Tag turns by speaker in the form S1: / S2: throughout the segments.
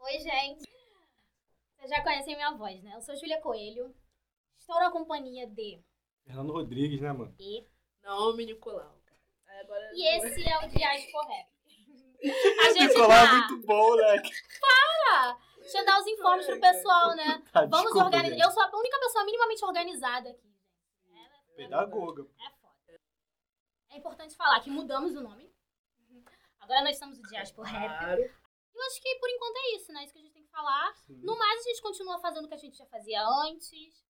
S1: Oi, gente. Vocês já conhecem minha voz, né? Eu sou Júlia Coelho. Estou na companhia de.
S2: Fernando Rodrigues, né, mano?
S1: E,
S3: Naomi Nicolau, cara. Aí Agora
S1: e esse é o Diáspora Rap. A gente
S2: Nicolau é
S1: tá.
S2: muito bom, né?
S1: Ah, Deixa eu dar os informes pro pessoal, né?
S2: Tá,
S1: Vamos
S2: desculpa,
S1: organizar.
S2: gente.
S1: Eu sou a única pessoa minimamente organizada aqui, gente. Ela é
S2: Pedagoga.
S1: É foda. É importante falar que mudamos o nome. Agora nós somos é o Diáspora Rap.
S3: Claro.
S1: Eu acho que por enquanto é isso, né? Isso que a gente tem que falar.
S2: Sim.
S1: No mais, a gente continua fazendo o que a gente já fazia antes.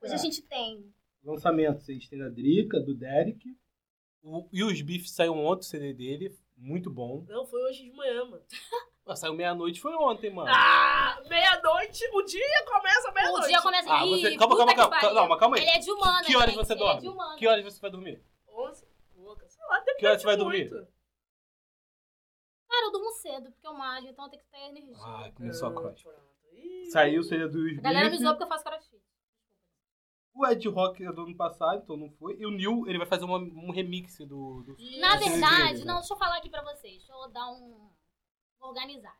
S1: Hoje a
S2: É.
S1: gente tem.
S2: Lançamentos, a gente tem da Drica, do Derek. O, e os Beef saiu um outro CD dele, muito bom.
S3: Não, foi hoje de manhã, mano.
S2: Ah, Saiu meia-noite, foi ontem, mano.
S3: Ah, meia-noite, o dia começa meia-noite.
S1: O dia começa.
S2: Ah,
S1: Ih,
S2: você...
S1: puta
S2: Calma, calma,
S1: que
S2: calma,
S1: pariu.
S2: calma, calma aí.
S1: Ele é de humana,
S2: Que horas
S1: gente.
S2: você
S1: Ele é de
S2: dorme?
S1: humana.
S2: Que horas você vai dormir?
S3: 11, louca, sei lá, depende
S2: Que horas você vai dormir?
S3: muito.
S1: Cara, eu durmo cedo, porque eu malho, então eu tenho que ter energia.
S2: Ah, começou a
S3: Ah,
S2: corte.
S3: pronto. Ih,
S2: Saiu o CD do
S1: a galera me
S2: Beef.
S1: zoou porque eu faço crossfit.
S2: O Ed Rock é do ano passado, então não foi. E o Neil, ele vai fazer uma- um remix do... do...
S3: Ih,
S1: Na
S2: Esse é
S1: verdade,
S2: incrível, né?
S1: não, deixa eu falar aqui pra vocês. Deixa eu dar um. Vou organizar.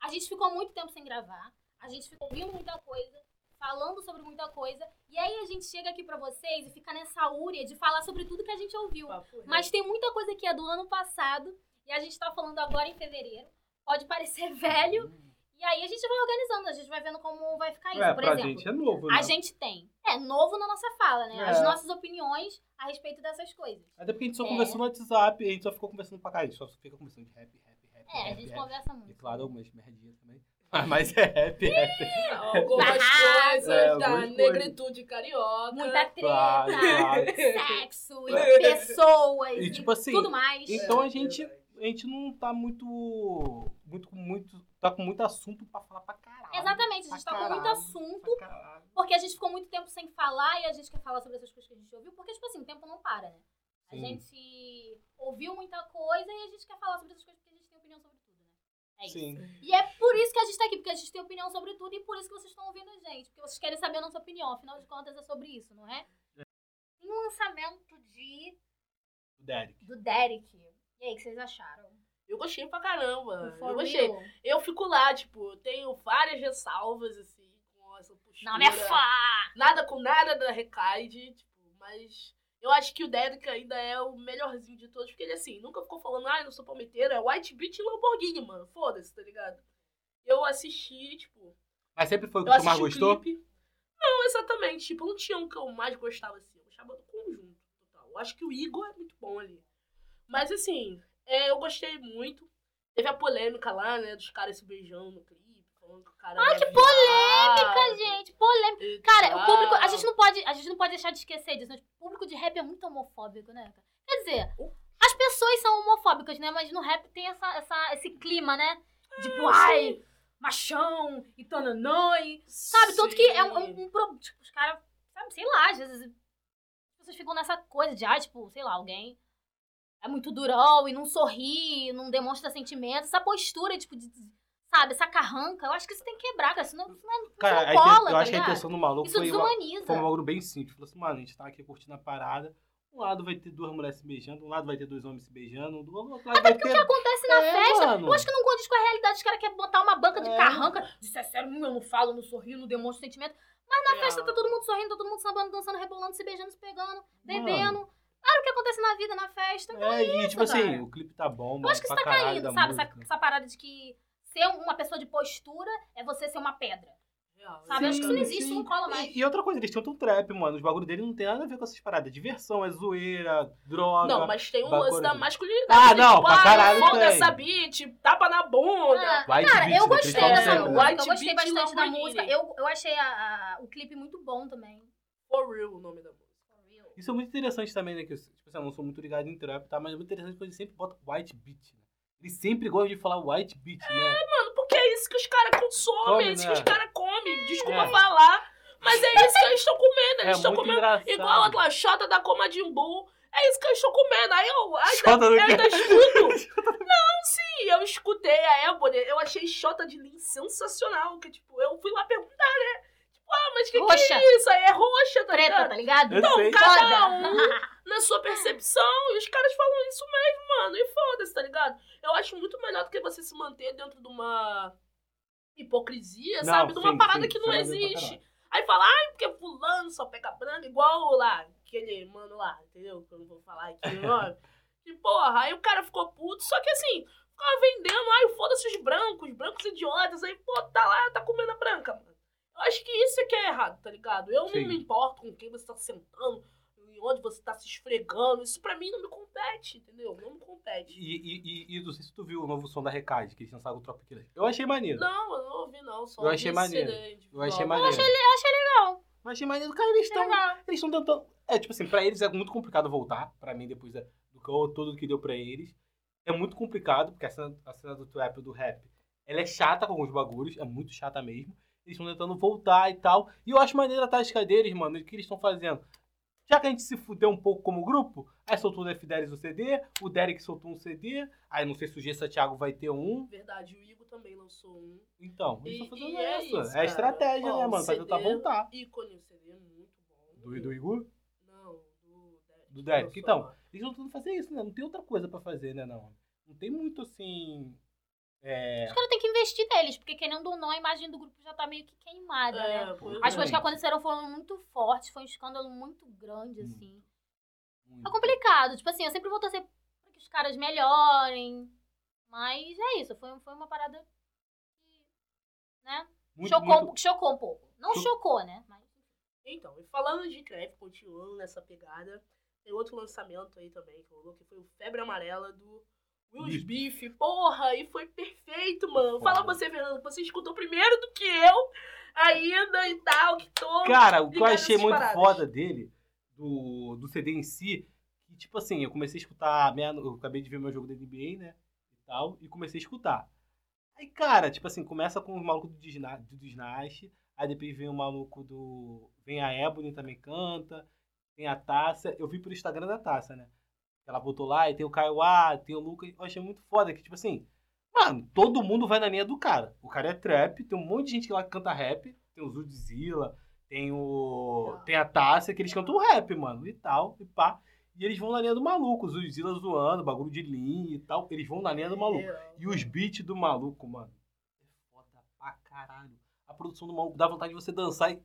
S1: A gente ficou muito tempo sem gravar. A gente ficou ouvindo muita coisa, falando sobre muita coisa. E aí a gente chega aqui pra vocês e fica nessa úria de falar sobre tudo que a gente ouviu.
S3: papo reto.
S1: Mas tem muita coisa que é do ano passado. E a gente tá falando agora em fevereiro. Pode parecer velho. E aí a gente vai organizando, a gente vai vendo como vai ficar isso.
S2: É,
S1: Por
S2: pra
S1: exemplo,
S2: gente é novo, né?
S1: a gente tem. É novo na nossa fala, né? As
S2: É.
S1: nossas opiniões a respeito dessas coisas.
S2: Até porque a gente só
S1: É.
S2: conversou no WhatsApp, a gente só ficou conversando pra cá, a gente só fica conversando de rap, rap, rap,
S1: É, a
S2: rap,
S1: gente
S2: rap.
S1: conversa
S2: E
S1: muito.
S2: claro, algumas merdinhas também. Ah, Mas é rap, rap.
S1: Tá
S3: Algumas
S1: Barraco.
S3: coisas
S2: É,
S3: da
S2: algumas coisas.
S3: negritude carioca. É,
S1: Muita
S2: É.
S1: treta,
S2: Claro, claro.
S1: sexo, e pessoas,
S2: é. E
S1: e
S2: tipo assim,
S1: tudo mais.
S2: e- Então a
S3: É,
S2: gente-
S3: verdade.
S2: a gente não tá muito. Muito com muito. Tá com muito assunto pra falar pra caralho.
S1: Exatamente, a gente tá
S2: pra
S1: com muito
S2: caralho,
S1: assunto,
S2: Pra caralho.
S1: porque a gente ficou muito tempo sem falar e a gente quer falar sobre essas coisas que a gente ouviu, porque, tipo assim, o tempo não para, né? A
S2: Sim.
S1: gente ouviu muita coisa e a gente quer falar sobre essas coisas porque a gente tem opinião sobre tudo, né? É isso.
S2: Sim.
S1: E é por isso que a gente tá aqui, porque a gente tem opinião sobre tudo e por isso que vocês estão ouvindo a gente, porque vocês querem saber a nossa opinião, afinal de contas é sobre isso, não é? Tem um lançamento de
S2: O Derek.
S1: do Derek. E aí, o que vocês acharam?
S3: Eu gostei pra caramba.
S1: For
S3: Ah, Eu gostei.
S1: Real?
S3: Eu fico lá, tipo, eu tenho várias ressalvas, assim, com essa postura.
S1: Não me é fã!
S3: Nada com nada da Recaide, tipo, mas eu acho que o Derek ainda é o melhorzinho de todos, porque ele, assim, nunca ficou falando, ah, eu não sou palmeiteiro, é White Beach e Lamborghini, mano. Foda-se, tá ligado? Eu assisti, tipo,
S2: Mas sempre foi o
S3: eu
S2: que tu mais
S3: assisti o
S2: gostou?
S3: clipe. Não, exatamente, tipo, não tinha um que eu mais gostava, assim, eu gostava do conjunto total. Eu acho que o Igor é muito bom ali. Mas, assim, é, eu gostei muito. Teve a polêmica lá, né, dos caras se beijando no clipe, falando que o cara... Ai, que polêmica,
S1: Gente, polêmica. Cara, o público. A gente, não pode, a gente não pode deixar de esquecer disso. né? O público de rap é muito homofóbico, né? cara? Quer dizer, as pessoas são homofóbicas, né? Mas no rap tem essa, essa, esse clima, né? Tipo, ai, machão e tananoi. Sabe? Tanto que é um, é um, um pro- Tipo, os caras. Sabe, sei lá, às vezes. As pessoas ficam nessa coisa de, ah, tipo, sei lá, alguém. É muito durão e não sorri, não demonstra sentimentos. Essa postura, tipo, de. de- Sabe, essa carranca, eu acho que isso tem que quebrar, cara. Isso não, isso não é.
S2: Cara,
S1: não
S2: a inten-
S1: cola,
S2: eu
S1: tá
S2: acho que a
S1: ligado?
S2: intenção do maluco
S1: Isso
S2: foi uma,
S1: desumaniza.
S2: foi um bagulho bem simples. Falou assim, mano, a gente tá aqui curtindo a parada. Um lado vai ter duas mulheres se beijando, um lado vai ter dois homens se beijando, do outro lado vai ter.
S1: É, O que acontece na
S2: É,
S1: festa?
S2: mano.
S1: Eu acho que não condiz com a realidade. Os caras querem botar uma banca de
S2: É.
S1: carranca. Isso é sério, hum, eu não falo, não sorrio, não demonstro sentimento. Mas na
S3: É.
S1: festa tá todo mundo sorrindo, tá todo mundo sambando, dançando, rebolando, se beijando, se pegando,
S2: Mano.
S1: bebendo. Claro o que acontece na vida, na festa.
S2: É, e tipo assim,
S1: tá cara.
S2: o clipe tá bom,
S1: Eu
S2: mas
S1: acho que isso
S2: pra
S1: tá
S2: caralho
S1: caindo,
S2: da
S1: sabe? Essa,
S2: música.
S1: essa parada de que ser uma pessoa de postura é você ser uma pedra. Sabe? Eu acho que isso não existe, isso não cola mais.
S2: E, e outra coisa, eles tentam trap, mano. Os bagulho dele não tem nada a ver com essas paradas. É diversão, é zoeira, droga.
S3: Não, mas tem um
S2: Bacana,
S3: lance da
S2: gente.
S3: masculinidade.
S2: Ah,
S3: né?
S2: não,
S3: Tipo,
S2: pra
S3: ah,
S2: caralho
S3: Foda
S2: tem.
S3: essa beat, tapa na bunda.
S1: Ah,
S2: White
S1: cara,
S2: Beach,
S1: eu
S2: né, que eles
S1: gostei
S2: falam
S1: dessa
S2: sempre, né?
S1: música. Eu
S3: White
S1: gostei
S3: Beach
S1: bastante da
S3: Lamborghini.
S1: música. Eu, eu achei a- a- o clipe muito bom também.
S3: For real o nome da música.
S2: Isso é muito interessante também, né? Que eu, tipo assim, eu não sou muito ligado em trap, tá? Mas é muito interessante quando eles sempre botam white beat, né? Eles sempre gostam de falar white beat, né?
S1: tá,
S3: Mano, porque é isso que os caras consomem,
S2: Come,
S3: é isso
S2: né?
S3: que os caras comem. Desculpa
S2: É.
S3: falar, mas é isso que eles estão comendo. Eles
S2: É
S3: estão
S2: muito
S3: comendo
S2: engraçado.
S3: igual a laxota da Comadimbu. É isso que eles estão comendo. Aí eu ainda,
S2: Xota do
S3: eu
S2: quê?
S3: ainda escuto. Não, sim, eu escutei a Ébora. Eu achei Xota de Lin sensacional. Que, tipo, eu fui lá perguntar, né? Tipo, ah, mas que, que
S1: Roxa.
S3: é isso? Aí é roxa, tá
S1: Preta,
S3: ligado?
S1: tá ligado?
S2: Eu sei.
S3: cada
S1: Foda.
S3: um na sua percepção. E os caras falam isso mesmo, mano. E foda-se, tá ligado? Eu acho muito melhor do que você se manter dentro de uma hipocrisia,
S2: Não,
S3: sabe? De uma
S2: sim,
S3: parada
S2: sim,
S3: que
S2: isso
S3: não
S2: é maneiro pra
S3: existe. Aí fala, ai, porque fulano só pega branco, igual lá, aquele mano lá, entendeu? Que eu não vou falar aqui o nome. E porra, aí o cara ficou puto, só que assim, ficava vendendo, ai, foda-se os brancos, brancos idiotas, aí, pô, tá lá, tá comendo a branca, mano. Eu acho que isso é que é errado, tá ligado? Eu
S2: Sim.
S3: não me importo com quem você tá sentando, em onde você tá se esfregando, isso pra mim não me compete, entendeu? Não me compete.
S2: E, e, e, e não sei se tu viu o novo som da Recade, que eles lançaram o Tropiquilas. Eu achei maneiro.
S3: Não, eu não ouvi não, só
S2: Eu
S3: ouvi
S2: achei
S3: esse
S2: maneiro.
S3: CD
S2: Eu achei
S3: individual.
S2: maneiro.
S1: Eu achei legal.
S2: Eu achei maneiro. Cara, eles
S1: Achei
S2: estão
S1: legal.
S2: Eles estão tentando. É, tipo assim, pra eles é muito complicado voltar. Pra mim, depois da- do caô todo que deu pra eles. É muito complicado, porque a cena, a cena do trap do rap, ela é chata com alguns bagulhos, é muito chata mesmo. Eles estão tentando voltar e tal. E eu acho maneiro a tática deles, mano, o que eles estão fazendo. Já que a gente se fudeu um pouco como grupo, aí soltou o F10 o CD, o Derek soltou um CD, aí não sei se o G Santiago vai ter um.
S3: Verdade, o Igor também lançou um
S2: Então, eles
S3: E-
S2: estão fazendo
S3: e é
S2: isso. É,
S3: isso,
S2: a
S3: cara.
S2: estratégia,
S3: Ó,
S2: né,
S3: o é
S2: mano? Pra
S3: CD
S2: tentar voltar.
S3: ícone, um CD muito bom.
S2: Do, do Igor?
S3: Não, do Derek.
S2: Do Derek,
S3: Lançou
S2: então.
S3: agora.
S2: Eles estão tentando fazer isso, né? Não tem outra coisa pra fazer, né, não? Não tem muito assim. É.
S1: Os caras têm que investir neles, porque querendo ou não, a imagem do grupo já tá meio que queimada, né?
S3: É, pois
S1: As coisas
S2: Exatamente.
S1: que aconteceram foram muito fortes, foi um escândalo muito grande,
S2: Muito.
S1: assim.
S2: muito.
S1: É complicado, tipo assim, eu sempre vou torcer pra que os caras melhorem. Mas é isso, foi, foi uma parada que
S2: Muito,
S1: chocou,
S2: muito-
S1: um- chocou um pouco. Não
S2: Cho-
S1: chocou, né? Mas
S3: Então, e falando de greve, continuando nessa pegada, tem outro lançamento aí também que rolou, que foi o Febre Amarela do Will's Beef. Porra, e foi perfeito, mano. Fala
S2: Foda.
S3: você, Fernando, você escutou primeiro do que eu ainda e tal, que tô.
S2: Cara, o que eu
S3: Ligado
S2: achei
S3: nessas
S2: muito
S3: paradas.
S2: foda dele, do, do CD em si, que, tipo assim, eu comecei a escutar. meia- Eu acabei de ver meu jogo da NBA, né? E tal, e comecei a escutar. Aí, cara, tipo assim, começa com o maluco do Disna- do Snash, aí depois vem o maluco do. Vem a Ebony também canta, tem a Tássia. Eu vi pelo Instagram da Tássia, né? Ela botou lá, e tem o Kaiowá, tem o Lucas. Eu achei muito foda que, tipo assim, mano, todo mundo vai na linha do cara. O cara é trap, tem um monte de gente lá que canta rap, tem o Zudzilla, tem o. Tem a Tássia, que eles cantam rap, mano, e tal, e pá. E eles vão na linha do maluco, o Zudzilla zoando, bagulho de linha e tal. Eles vão na linha do maluco.
S3: É,
S2: E os beats do maluco, mano. É foda pra caralho. A produção do maluco dá vontade de você dançar e.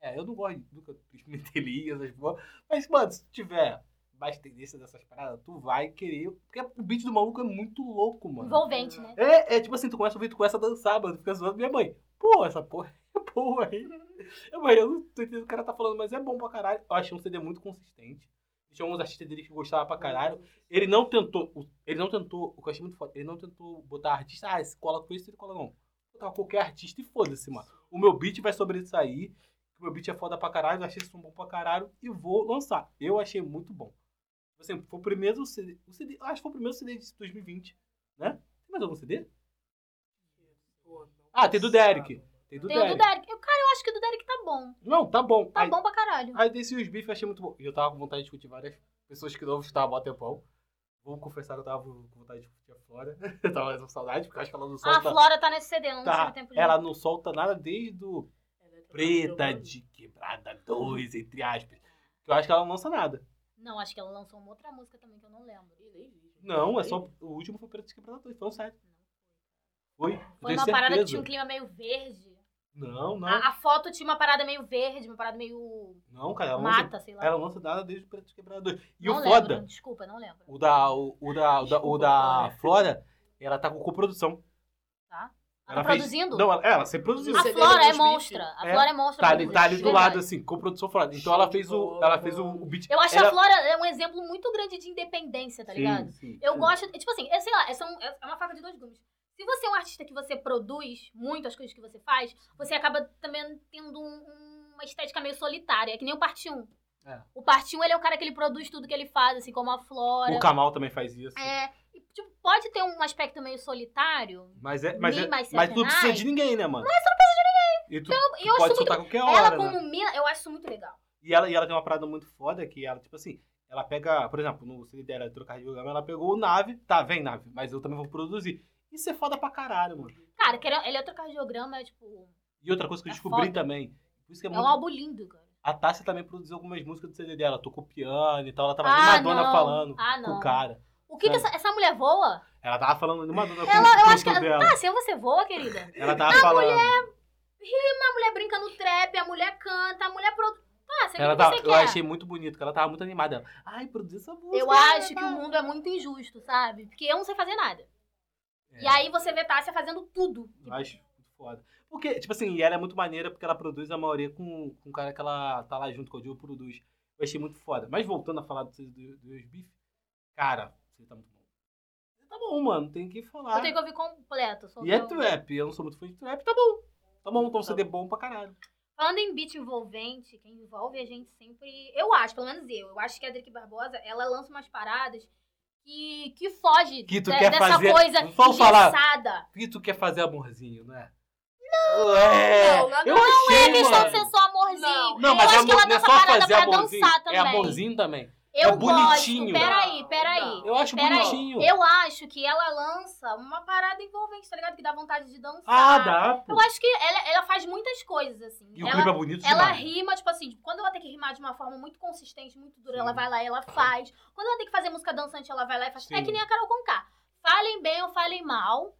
S2: É, eu não gosto de nunca meteria, essas porra. Mas, mano, se tiver mais tendência dessas paradas, tu vai querer. Porque o beat do maluco é muito louco, mano.
S1: envolvente, né?
S2: É, é tipo assim, tu começa a ouvir, tu começa a dançar, mano. Tu fica zoando minha mãe. Pô, essa porra é boa, hein? Eu, mãe, eu não tô entendendo o que o cara tá falando, mas é bom pra caralho. Eu achei um CD muito consistente. Tinha uns artistas dele que eu gostava pra caralho. Ele não tentou. o- Ele não tentou. O que eu achei muito foda. Ele não tentou botar artista. Ah, esse cola com isso, ele cola não. Botar qualquer artista e foda-se, mano. O meu beat vai sobressair. O meu beat é foda pra caralho. Eu achei esse som bom pra caralho. E vou lançar. Eu achei muito bom. Assim, foi o primeiro CD. O CD eu acho que foi o primeiro CD de 2020. Né? Tem mais algum CD? Ah, tem do Derek. Tem do
S1: Tem o
S2: Derek.
S1: do Derek. Eu, cara, eu acho que o do Derek tá bom.
S2: Não, tá bom.
S1: Tá
S2: aí,
S1: bom pra caralho.
S2: aí desse os bifes eu achei muito bom. E eu tava com vontade de discutir várias pessoas que não estavam há tempão. Vou confessar que eu tava com vontade de discutir a Flora. Eu tava com saudade, porque eu acho que ela não
S1: Ah, a
S2: solta.
S1: Flora tá nesse CD, eu não
S2: Tá,
S1: tive tempo de
S2: ela não solta nada desde o
S3: É, né, um
S2: Preta de Quebrada 2, entre aspas. Que eu acho que ela não lança nada.
S1: Não, acho que ela lançou uma outra música também que eu não lembro.
S2: Não, é só. O último foi Preta de Quebrada 2, falando sério. Foi? eu
S1: Foi
S2: tenho
S1: uma parada que Ah,
S2: certeza.
S1: tinha um clima meio verde.
S2: Não, não.
S1: A, a foto tinha uma parada meio verde, uma parada meio
S2: Não, cara, ela não lança,
S1: mata, sei lá.
S2: ela não lança nada desde o Preta de Quebrada 2. E
S1: não
S2: o
S1: lembro,
S2: foda.
S1: desculpa, não lembro.
S2: O da, o, o da, o da, o
S3: Desculpa,
S2: da Flora, ela tá com coprodução.
S1: Ela tá
S2: fez-
S1: produzindo?
S2: Não, ela, ela sempre produziu.
S1: A
S3: Você
S1: Flora
S3: ganhou
S1: é
S3: os
S1: monstra. A
S2: É,
S1: Flora é monstra.
S2: Tá
S1: pra
S2: ali, tá ali
S1: mim,
S2: do
S1: verdade.
S2: lado, assim, coprodução Flora. Então
S3: Show
S2: ela
S3: de
S2: fez o,
S3: bola,
S2: ela fez o,
S3: mano.
S2: o beat.
S1: Eu acho
S2: ela...
S1: a Flora é um exemplo muito grande de independência, tá ligado?
S2: Sim, sim.
S1: Eu gosto, tipo assim, é, sei lá, é, só um- é uma faca de dois gumes. Se você é um artista que você produz muito as coisas que você faz, você acaba também tendo um- uma estética meio solitária, que nem o Parte 1.
S2: É.
S1: O Parte 1, ele é um cara que ele produz tudo que ele faz, assim, como a Flora.
S2: O Kamal também faz isso.
S1: É, e, tipo, pode ter um aspecto meio solitário.
S2: Mas é, mas, é,
S1: Mim, mas
S2: mas tu não precisa
S1: Satanás.
S2: de ninguém, né, mano? Mas tu não precisa de ninguém. E tu
S1: E Então, eu acho
S2: pode
S1: isso muito...
S2: soltar a qualquer
S1: ela
S2: hora, né?
S1: como mina, eu acho isso muito legal.
S2: E ela, e ela tem uma parada muito foda que ela, tipo assim, ela pega, por exemplo, no CD dela, Eletrocardiograma, ela pegou o Nave, tá, vem Nave, mas eu também vou produzir. Isso é foda pra caralho, mano.
S1: Cara, que ele- eletrocardiograma é, tipo,
S2: E outra coisa que eu
S1: É
S2: descobri
S1: foda.
S2: também, por isso que é,
S1: é
S2: muito
S1: um álbum lindo, cara.
S2: A Tássia também produziu algumas músicas do CD dela, tocou piano e tal. Ela tava
S1: Ah,
S2: animadona
S1: não.
S2: falando
S1: Ah,
S2: com
S1: não.
S2: o cara. né?
S1: O que, que
S2: Sabe?
S1: essa, essa mulher voa?
S2: Ela tava falando de uma dona
S1: Ela, eu acho que ela.
S2: dela.
S1: Tá, assim você voa, querida.
S2: Ela tava falando.
S1: A mulher brinca no trap, a mulher canta, a mulher produz. Tá, você
S2: ela
S1: quer o
S2: tava,
S1: que você
S2: eu
S1: quer.
S2: achei muito bonito, que ela tava muito animada. Ela, Ai, produz essa música.
S1: Eu acho
S2: né?
S1: que o mundo é muito injusto, sabe? Porque eu não sei fazer nada.
S2: É.
S1: E aí você vê Tássia fazendo tudo. Tipo,
S2: Eu acho muito foda. Porque, tipo assim, e ela é muito maneira porque ela produz a maioria com, com o cara que ela tá lá junto com o Joe produz. Eu achei muito foda. Mas voltando a falar do, do, do Beef, cara, você tá muito bom. Você tá bom, mano, tem que falar.
S1: Eu tenho que ouvir completo. sou
S2: tá. E é
S1: tão-
S2: trap, eu não sou muito fã de trap, tá bom. Tá bom, então um CD bom pra caralho.
S1: Falando em beat envolvente, quem envolve a gente sempre. Eu acho, pelo menos eu. Eu acho que a Drick Barbosa, ela lança umas paradas que, que foge
S2: Que tu
S1: de-
S2: quer
S1: dessa
S2: fazer-
S1: coisa
S2: vamos falar.
S1: engessada.
S2: E tu quer fazer amorzinho, não é? Não! É,
S3: Não, não,
S2: eu
S3: não
S2: achei,
S1: É questão de
S2: mano.
S1: ser só amorzinho.
S3: Não,
S2: Não,
S1: eu
S2: mas
S1: acho
S2: amor,
S1: que ela
S2: não é
S1: lança
S2: só
S1: parada
S2: fazer
S1: pra
S2: amorzinho.
S1: dançar
S2: É
S1: também.
S2: amorzinho também.
S1: Eu
S2: é bonitinho.
S1: gosto. Peraí, peraí.
S3: Não.
S2: Eu acho
S1: Pera aí,
S2: bonitinho.
S1: Eu acho que ela lança uma parada envolvente, tá ligado? Que dá vontade de dançar.
S2: Ah, dá, pô.
S1: Eu acho que ela, ela faz muitas coisas, assim.
S2: E o
S1: ela
S2: clipe é bonito
S1: ela
S2: demais.
S1: rima, tipo assim, quando ela tem que rimar de uma forma muito consistente, muito dura,
S2: Sim.
S1: ela vai lá e ela faz. Quando ela tem que fazer música dançante, ela vai lá e faz. É
S2: Sim.
S1: que nem a Carol Conká. Falem bem ou falem mal.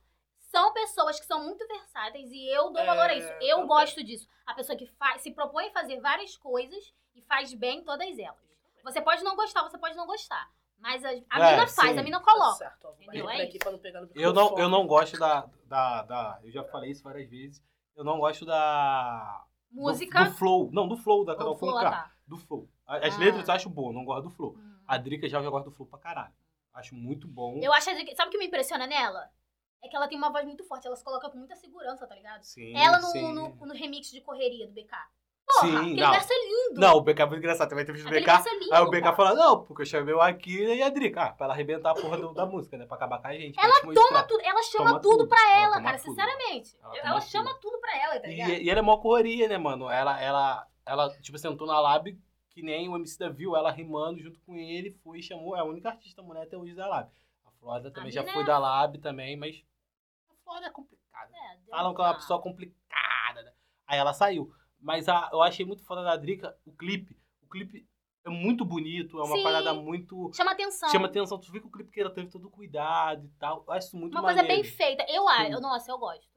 S1: São pessoas que são muito versáteis e eu dou
S3: É,
S1: valor a isso. Eu
S3: também.
S1: gosto disso. A pessoa que faz, se propõe a fazer várias coisas e faz bem todas elas. Você pode não gostar, você pode não gostar. Mas a, a
S2: É,
S1: mina faz,
S2: sim.
S1: a mina
S3: Tá
S1: coloca.
S3: certo, ó, vou
S1: Entendeu?
S3: bater
S1: É
S3: aqui
S1: isso.
S3: pra não pegar no
S2: Eu não,
S3: microfone.
S2: eu não gosto da, da, da- Eu já falei isso várias vezes. Eu não gosto da. do-
S1: Música.
S2: Do, flow. Não, do flow da
S1: ou
S2: Carol
S1: flow,
S2: Conká.
S1: tá.
S2: Do flow. A- As
S1: Ah.
S2: letras eu acho boa, não gosto do flow.
S1: Hum.
S2: A Drica já, eu já gosta do flow pra caralho. Acho muito bom.
S1: Eu acho. que- Sabe o que me impressiona nela? É que ela tem uma voz muito forte, ela se coloca com muita segurança, tá ligado?
S2: Sim,
S1: Ela no,
S2: sim.
S1: no, no remix de correria do BK. Porra,
S2: Sim,
S1: aquele
S2: não.
S1: verso é lindo.
S2: Não, o BK é muito engraçado. Também teve o
S1: aquele
S2: BK.
S1: verso é lindo.
S2: Aí o BK
S1: cara.
S2: fala, não, porque eu chamei o Akira e a Drica. Ah, pra ela arrebentar a porra do- da música, né? Pra acabar com a gente. pra
S1: Ela
S2: te
S1: toma
S2: mostrar.
S1: tudo, ela chama
S2: Toma
S1: tudo,
S2: tudo,
S1: pra
S2: ela
S1: ela,
S2: toma
S1: cara,
S2: tudo.
S1: sinceramente.
S2: Ela
S1: Ela,
S2: toma tudo.
S1: chama tudo pra ela, tá ligado?
S2: E, e ela é mó correria, né, mano? Ela, ela, ela, tipo, sentou na lab que nem o MC da viu, ela rimando junto com ele, foi e chamou. É a única artista mulher até hoje da lab. A Flora também já
S1: mina
S2: foi
S1: é-
S2: da lab também, mas a Flora é complicada.
S1: É, deu
S2: Falam que é uma pessoa complicada, né? Aí ela saiu. Mas a- eu achei muito foda da Drica o clipe. O clipe é muito bonito, é uma
S1: Sim.
S2: parada muito.
S1: Chama atenção.
S2: Chama atenção, tu vê que o clipe que ela teve todo cuidado e tal. Eu acho isso muito
S1: Uma coisa
S2: maneiro.
S1: bem feita. Eu acho,
S2: Sim.
S1: eu- nossa, eu gosto.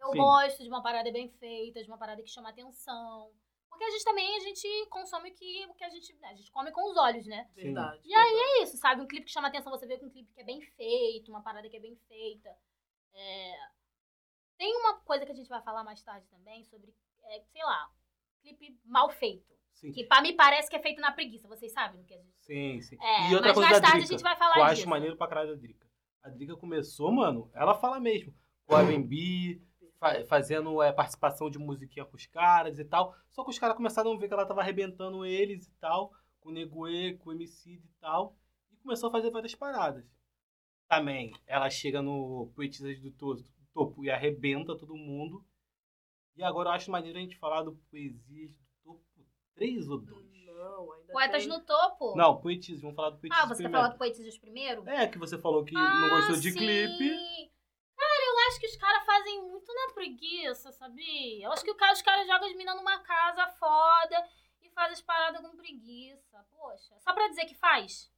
S1: Eu
S2: Sim.
S1: gosto de uma parada bem feita, de uma parada que chama atenção. Porque a gente também, a gente consome o que, o que a gente. né, A gente come com os olhos, né?
S3: Verdade.
S1: E aí é isso, sabe? Um clipe que chama atenção, você vê que um clipe que é bem feito, uma parada que é bem feita. É, Tem uma coisa que a gente vai falar mais tarde também sobre, é, sei lá, clipe mal feito.
S2: Sim,
S1: Que pra mim parece que é feito na preguiça, vocês sabem o que a gente.
S2: sim. sim.
S1: É,
S2: e outra
S1: mas
S2: coisa
S1: mais
S2: da
S1: tarde
S2: Drica.
S1: a gente vai
S2: Eu
S1: falar
S2: acho
S1: disso.
S2: maneiro pra caralho da Drica. A Drica começou, mano, ela fala mesmo, com o R&B, fa- fazendo é, participação de musiquinha com os caras e tal. Só que os caras começaram a ver que ela tava arrebentando eles e tal, com o Negoê, com o MC e tal. E começou a fazer várias paradas. Também, ela chega no Poetisas do To- do Topo e arrebenta todo mundo. E agora eu acho maneiro a gente falar do Poesias do Topo 3 ou 2?
S3: Não, ainda
S1: Poetas
S3: tem-
S1: no topo?
S2: Não, Poetisas, vamos falar do
S1: Hum.
S2: Poetisas
S1: Ah, você quer
S2: primeiro.
S1: falar do Poetisas primeiro?
S2: É, que você falou que não
S1: Ah,
S2: gostou de
S1: sim.
S2: clipe.
S1: Cara, eu acho que os caras fazem muito na preguiça, sabia? Eu acho que o cara- os caras jogam as minas numa casa foda e fazem as paradas com preguiça. Poxa, só pra dizer que faz.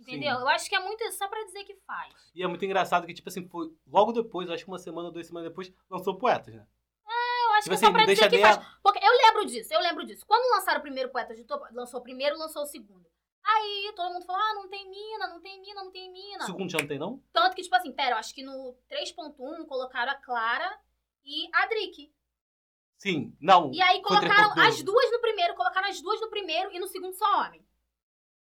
S1: Entendeu?
S2: Sim.
S1: Eu acho que é muito isso, só pra dizer que faz.
S2: E é muito engraçado que, tipo assim, foi logo depois, acho que uma semana, duas semanas depois, lançou Poetas, né?
S1: Eu acho
S2: Tipo
S1: que
S2: assim,
S1: é só pra
S2: não deixa
S1: dizer que
S2: nem
S1: faz.
S2: a...
S1: Porque eu lembro disso, eu lembro disso. Quando lançaram o primeiro Poeta de Topo, lançou o primeiro, lançou o segundo. Aí todo mundo falou: ah, não tem mina, não tem mina, não tem mina.
S2: Segundo já não tem, não?
S1: Tanto que, tipo assim, pera, eu acho que no 3.1 colocaram a Clara e a Drick.
S2: Sim, não. Ah, é,
S1: E aí
S2: Foi
S1: colocaram
S2: três
S1: as duas no primeiro, colocaram as duas no primeiro e no segundo só homem.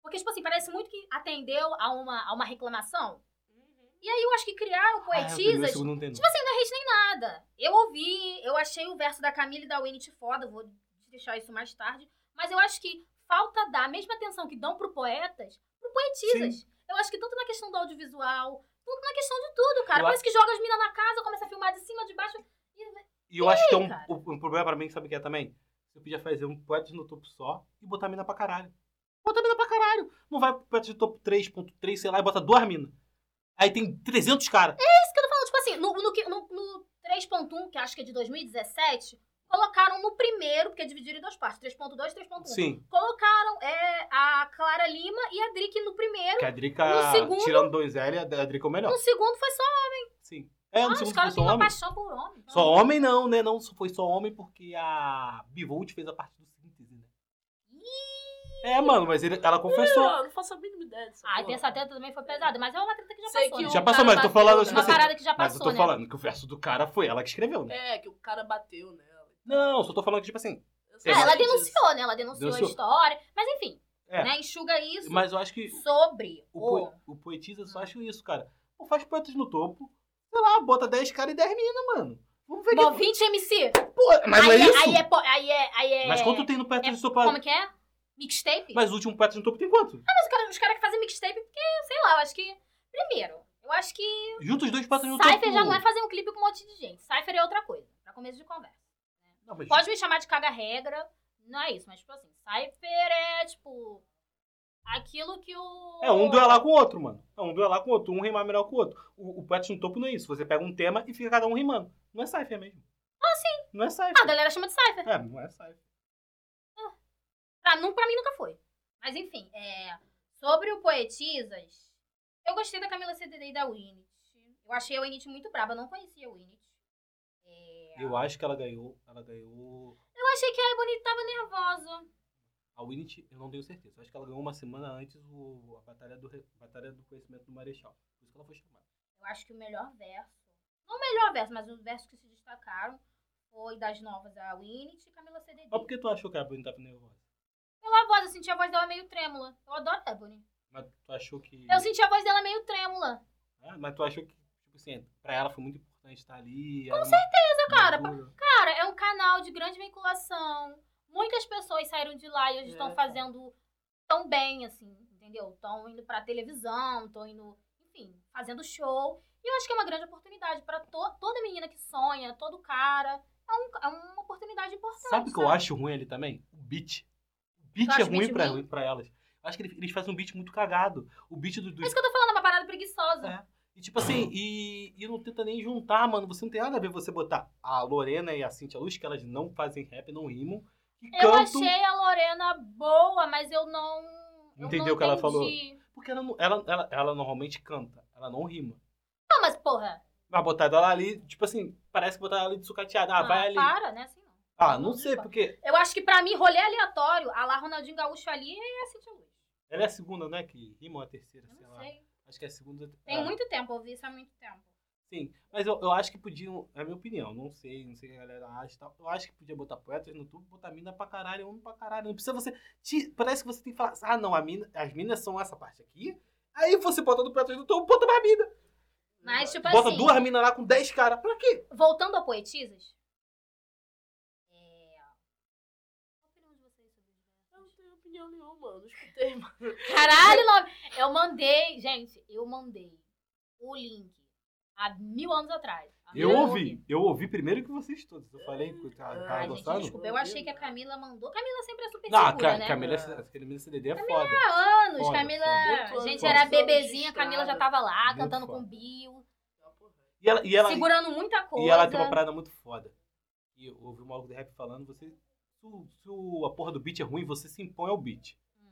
S1: Porque, tipo assim, parece muito que atendeu a uma, a uma reclamação.
S3: Uhum.
S1: E aí eu acho que criaram
S2: Ah, o primeiro e o
S1: poetisas.
S2: segundo não tem, não.
S1: tipo assim, não é hate nem nada. Eu ouvi, eu achei o verso da Camila e da Winnet foda, vou deixar isso mais tarde. Mas eu acho que falta dar a mesma atenção que dão pro poetas, pro poetisas. Eu acho que tanto na questão do audiovisual, tanto na questão de tudo, cara.
S2: Eu
S1: Parece que joga as minas na casa, começa a filmar de cima, de baixo. E...
S2: E eu acho que tem um,
S1: cara?
S2: o- um problema pra mim, sabe o que é também? Você podia fazer um Poetas no topo só e botar mina pra caralho. Bota mina pra caralho. Não vai pro Poetas no topo 3.3, sei lá, e bota duas minas. Aí tem 300 caras.
S1: um, isso que eu tô falando, tipo assim, no, no, que- no, no 3.1, que acho que é de 2017, Colocaram no primeiro, porque dividiram em duas partes, 3.2 e 3.1.
S2: Sim.
S1: Colocaram é, a Clara Lima e a Drick no primeiro.
S2: Que a Drica,
S1: No segundo-
S2: tirando Donzelli, a Drica é o melhor.
S1: No segundo foi só
S2: Sim. É,
S1: Ah,
S2: no
S1: os
S2: segundo foi
S1: caras
S2: só
S1: têm uma
S2: homem.
S1: paixão por homem.
S2: Só homem não, né? Não foi só homem porque a Bivolt fez a parte do síntese, né? É, mano, mas ele- ela confessou.
S3: Não, não faço a mínima ideia disso.
S1: Ah, e essa treta também foi pesada, mas é uma treta que já
S3: Sei
S1: passou.
S3: que
S1: né?
S2: Já
S3: o
S2: passou, mas eu
S3: cara
S2: tô
S3: bateu
S2: falando,
S3: nela.
S2: tipo
S1: uma
S2: assim,
S1: parada que já
S2: Mas eu
S1: passou,
S2: tô
S1: né?
S2: falando que o verso do cara foi ela que escreveu, né?
S3: É, que o cara bateu nela.
S2: Não, só tô falando que, tipo assim.
S3: Eu
S1: É,
S2: Tem
S3: sei
S1: ela
S2: mais
S3: disso.
S1: denunciou, né? Ela denunciou,
S2: Denunciou.
S1: a história. Mas enfim,
S2: É.
S1: né? Enxuga isso
S2: Mas eu acho que
S1: sobre
S2: o,
S1: o...
S2: poe- o poetisa só acho isso, cara. Pô, faz poetas no topo, sei lá, bota 10 cara e 10 mina, mano. Vamos ver
S1: Bom,
S2: que.
S1: 20 MC.
S2: Pô, mas
S1: aí,
S2: não é isso?
S1: Aí é, po- aí é, aí é...
S2: Mas quanto tem no poetas no topo?
S1: Como que é? Mixtape?
S2: Mas o último poetas no topo tem quanto?
S1: Mas os caras os caras que fazem mixtape, porque, sei lá, eu acho que... Primeiro, eu acho que
S2: Junta os dois poetas no topo.
S1: Cypher já não é fazer um clipe com um monte de gente. Cypher é outra coisa, pra começo de conversa.
S2: Não, mas-
S1: Pode me chamar de caga-regra, não é isso, mas tipo assim, Cypher é tipo. Aquilo que o.
S2: É um duelar com o outro, mano. É um duelar com o outro, um rimar melhor que o outro. O, o poeta no topo não é isso. Você pega um tema e fica cada um rimando. Não é cypher mesmo.
S1: Ah, sim.
S2: Não é cypher.
S1: Ah, a galera chama de Cypher.
S2: É, não é cypher.
S1: Pra, não, pra mim nunca foi. Mas enfim, é, sobre o Poetisas, eu gostei da Camila CDD e da Winit. Eu achei a Winit muito braba, eu não conhecia a Winit. É,
S2: Eu acho que ela ganhou. Ela ganhou.
S1: eu achei que a Bonita tava nervosa.
S2: A Winit, eu não tenho certeza. Eu acho que ela ganhou uma semana antes o, a batalha do, re- batalha do conhecimento do Marechal. Por isso que ela foi chamada.
S1: Eu acho que o melhor verso, não o melhor verso, mas os versos que se destacaram foi das novas a Winit e Camila CDD.
S2: Mas por que tu achou que a Ebony tava nervosa?
S1: Pela voz, eu senti a voz dela meio trêmula. Eu adoro a Ebony.
S2: Mas tu achou que.
S1: Eu senti a voz dela meio trêmula.
S2: Ah, mas tu achou que, tipo assim, pra ela foi muito importante estar ali. Com certeza,
S1: cara, Cara, é um canal de grande vinculação. Muitas pessoas saíram de lá e hoje
S3: É,
S1: estão
S3: cara.
S1: fazendo tão bem, assim, entendeu? Estão indo pra televisão, estão indo, enfim, fazendo show. E eu acho que é uma grande oportunidade pra to- toda menina que sonha, todo cara. É, um- é uma oportunidade importante.
S2: Sabe o que eu acho ruim ali também? O beat. O beat
S1: Tu acha
S2: é
S1: o beat
S2: ruim pra,
S1: ruim?
S2: pra elas. Eu acho que eles- eles fazem um beat muito cagado. O beat do. do...
S1: É isso que eu tô falando, é uma parada preguiçosa.
S2: É. E tipo assim, e, e não tenta nem juntar, mano. Você não tem nada a ver você botar a Lorena e a Cintia Luz, que elas não fazem rap, não rimam. E
S1: Eu
S2: cantam.
S1: achei a Lorena boa, mas eu não. eu
S2: Entendeu
S1: não
S2: o que ela falou?
S1: entendi.
S2: Porque ela, não- ela, ela, ela normalmente canta, ela não rima.
S1: Não, mas porra.
S2: Mas botar ela ali, tipo assim, parece que botar ela ali de sucateada. Ah, vai ali.
S1: Para, né? Assim não.
S2: Ah, não sei, porque
S1: Eu acho que pra mim, rolê aleatório, a lá Ronaldinho Gaúcho ali é a Cintia Luz.
S2: ela é a segunda, né? Que rima ou a terceira,
S1: Eu
S2: sei
S1: não
S2: lá.
S1: sei.
S2: Acho que é a segunda.
S1: Tem
S2: é.
S1: muito tempo, eu ouvi isso há muito tempo.
S2: Sim, mas eu, eu acho que podiam, é a minha opinião, não sei, não sei o que a galera acha e tal. Eu acho que podia botar poetas no tubo, botar mina pra caralho, homem pra caralho. Não precisa você. te- parece que você tem que falar, ah, não, a mina, as minas são essa parte aqui. Aí você bota do poetas no tubo, bota mais mina.
S1: Mas, tipo
S2: Bota
S1: assim,
S2: duas minas lá com dez caras. Pra quê?
S1: voltando a Poetisas. É... Qual a opinião de vocês sobre
S3: Eu não tenho opinião nenhuma, eu não escutei, mano.
S1: isso? Caralho, Love! Eu mandei, gente, eu mandei o link há mil anos atrás. Há mil
S2: Eu
S1: anos
S2: ouvi, eu ouvi primeiro que vocês todos. Eu falei, cara,
S3: Ah,
S2: tava
S1: Ai, gente,
S2: gostando?
S1: desculpa, eu achei que a Camila mandou. Camila sempre é super
S2: não,
S1: segura,
S2: Ca-
S1: né?
S2: Camila, Camila CDD é foda.
S1: Há anos,
S2: Foda,
S1: Camila.
S2: foda.
S1: A gente
S3: Foda.
S1: era
S3: Foda.
S1: bebezinha, Camila já tava lá,
S2: Muito
S1: cantando
S2: foda.
S1: com Bill,
S2: E ela, e ela,
S1: segurando muita coisa.
S2: E ela tem uma parada muito foda. E eu ouvi um maluco do rap falando, você. Se, o- se o- a porra do beat é ruim, você se impõe ao beat.
S1: Hum.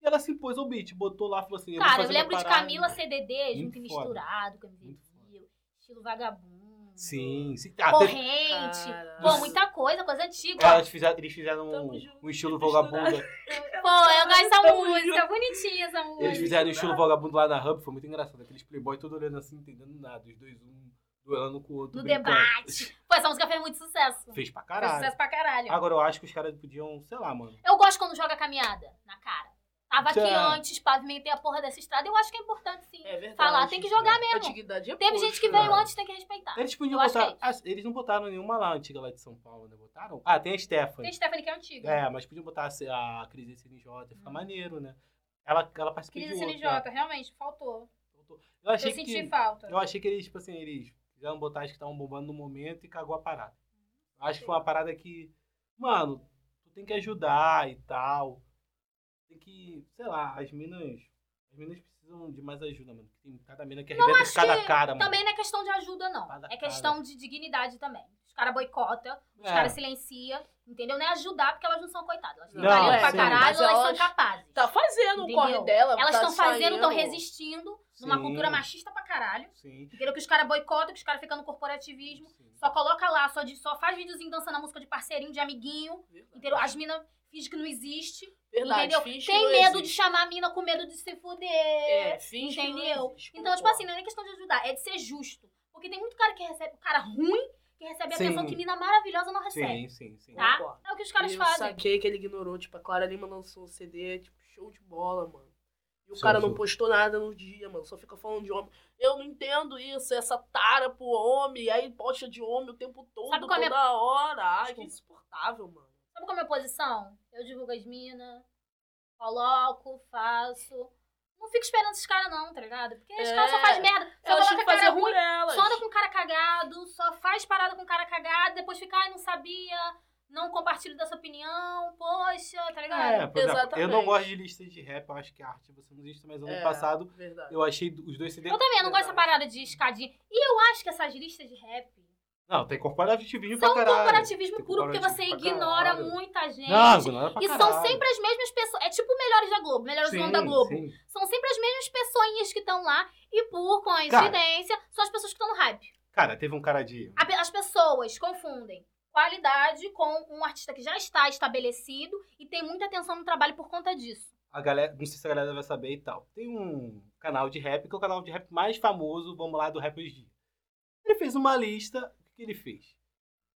S2: E ela se impôs ao beat, botou lá, falou assim. vou
S1: Cara, eu
S2: fazer uma
S1: lembro de
S2: parada.
S1: Camila CDD, junto e
S2: Muito foda.
S1: misturado, com MV
S2: Muito foda.
S1: Bill, estilo vagabundo.
S2: Sim, sim. Ah, teve-
S1: Corrente.
S3: Caralho.
S1: Pô, muita coisa, coisa antiga.
S2: elas fizeram, eles fizeram
S3: Tamo
S2: um,
S3: junto,
S2: um estilo
S3: misturado.
S2: vagabundo.
S1: Pô, eu gosto dessa
S3: Tamo
S1: música, é bonitinha essa
S2: Eles
S1: música.
S2: fizeram um estilo vagabundo lá na Hub, foi muito engraçado. Aqueles playboy todo olhando assim, entendendo nada. Os dois, um duelando com o outro.
S1: No
S2: brincando.
S1: debate. Pô, essa música fez muito sucesso.
S2: Fez pra
S1: Fez
S2: caralho.
S1: sucesso pra caralho.
S2: Agora eu acho que os caras podiam, sei lá, mano.
S1: Eu gosto quando joga caminhada na cara. Tava aqui
S2: Tá.
S1: antes, pavimentei a porra dessa estrada. Eu acho que é importante, sim.
S3: É verdade.
S1: Falar, tem que jogar
S3: A
S1: mesmo.
S3: antiguidade é
S1: Teve
S3: poxa,
S1: gente que
S3: né?
S1: veio antes, tem que respeitar.
S2: Eles podiam
S1: Eu acho
S2: botar.
S1: que é
S2: ah, eles não botaram nenhuma lá antiga lá de São Paulo, né? Botaram? Ah, tem a Stephanie.
S1: Tem Stephanie Uhum. que é antiga.
S2: É, mas podiam botar a C- a Cris CNJ, fica maneiro, né? Ela, ela participa
S1: Crise
S2: de outro. é.
S1: CNJ, realmente, faltou.
S2: Eu achei
S1: eu senti
S2: que
S1: falta.
S2: eu achei que eles, tipo assim, eles quiseram botar as que estavam bombando no momento e cagou a parada.
S1: Uhum.
S2: Eu Acho que foi uma parada que, mano, tu tem que ajudar e tal. Tem que, sei lá, as minas, as minas precisam de mais ajuda, mano. Tem cada mina que arrebenta
S1: acho
S2: cada
S1: que
S2: cara, mano.
S1: Também não é questão de ajuda, não.
S2: Cada
S1: É questão de dignidade também. Os caras boicotam, os
S2: É.
S1: caras silenciam, entendeu? Não é ajudar, porque elas não são coitadas. Elas têm
S2: Não,
S1: talento pra
S2: sim.
S1: caralho,
S3: Mas
S1: elas são
S3: elas-
S1: capazes.
S3: Tá fazendo o
S1: Entendeu?
S3: corre dela.
S1: elas
S3: tá
S1: estão fazendo, estão
S3: saindo.
S1: resistindo numa
S2: Sim.
S1: cultura machista pra caralho.
S2: Sim.
S1: Entendeu? Que os caras boicotam, que os caras ficam no corporativismo.
S2: sim.
S1: Só coloca lá, só, de, só faz videozinho dançando a música de parceirinho, de amiguinho. Entendeu? As minas fingem que não existe.
S3: Verdade,
S1: entendeu?
S3: finge que
S1: Tem
S3: não
S1: medo de
S3: existe.
S1: chamar a mina com medo de se fuder.
S3: É, finge que não
S1: entendeu?
S3: existe,
S1: Então, tipo
S3: concordo.
S1: assim, não é nem questão de ajudar, é de ser justo. Porque tem muito cara que recebe, cara ruim, que recebe
S2: Sim.
S1: atenção que mina maravilhosa não recebe.
S2: Sim, sim, sim.
S1: Tá?
S3: Concordo.
S1: É o que os caras
S3: eu
S1: fazem.
S3: saquei que ele ignorou. Tipo, a Clara Lima lançou um CD, tipo, show de bola, mano. E o
S2: Sim,
S3: cara não
S2: sim.
S3: postou nada no dia, mano. Só fica falando de homem. Eu não entendo isso, essa tara pro homem. Aí posta de homem o tempo todo,
S1: Sabe qual
S3: toda
S1: é a
S3: hora. Ai, que
S1: Desculpa.
S3: insuportável, mano.
S1: Sabe qual é a minha posição? Eu divulgo as minas, coloco, faço. Não fico esperando esses caras, não, tá ligado? Porque esses
S3: É.
S1: caras só fazem merda. Só
S3: Elas tinham
S1: coloca
S3: que
S1: cara
S3: fazer
S1: ruim,
S3: por elas.
S1: só anda com cara cagado, só faz parada com cara cagado, depois fica, ai, não sabia, não compartilho dessa opinião, poxa, tá ligado?
S2: É, por exemplo, eu não
S3: Exatamente.
S2: gosto de listas de rap, eu acho que a arte você não existe, mas ano
S3: É.
S2: passado
S3: Verdade.
S2: eu achei os dois CDs.
S1: Eu também eu não gosto dessa
S3: Verdade.
S1: parada de escadinha. E eu acho que essas listas de rap
S2: Não, tem corporativismo
S1: são
S2: pra caralho.
S1: corporativismo
S2: Tem
S1: puro, porque você
S2: corporativismo pra
S1: ignora
S2: caralho.
S1: muita gente.
S2: Não, ignora pra
S1: e
S2: caralho.
S1: são sempre as mesmas pessoas. É tipo melhores da Globo, melhores do
S2: Sim,
S1: ano da Globo.
S2: sim.
S1: São sempre as mesmas pessoinhas que estão lá e por coincidência são as pessoas que estão no hype.
S2: Cara, teve um cara de.
S1: A pe- As pessoas confundem qualidade com um artista que já está estabelecido e tem muita atenção no trabalho por conta disso.
S2: A galera, não sei se a galera vai saber e tal. Tem um canal de rap, que é o canal de rap mais famoso, vamos lá, do Rap Hoje em Dia. Ele fez uma lista, o que que ele fez?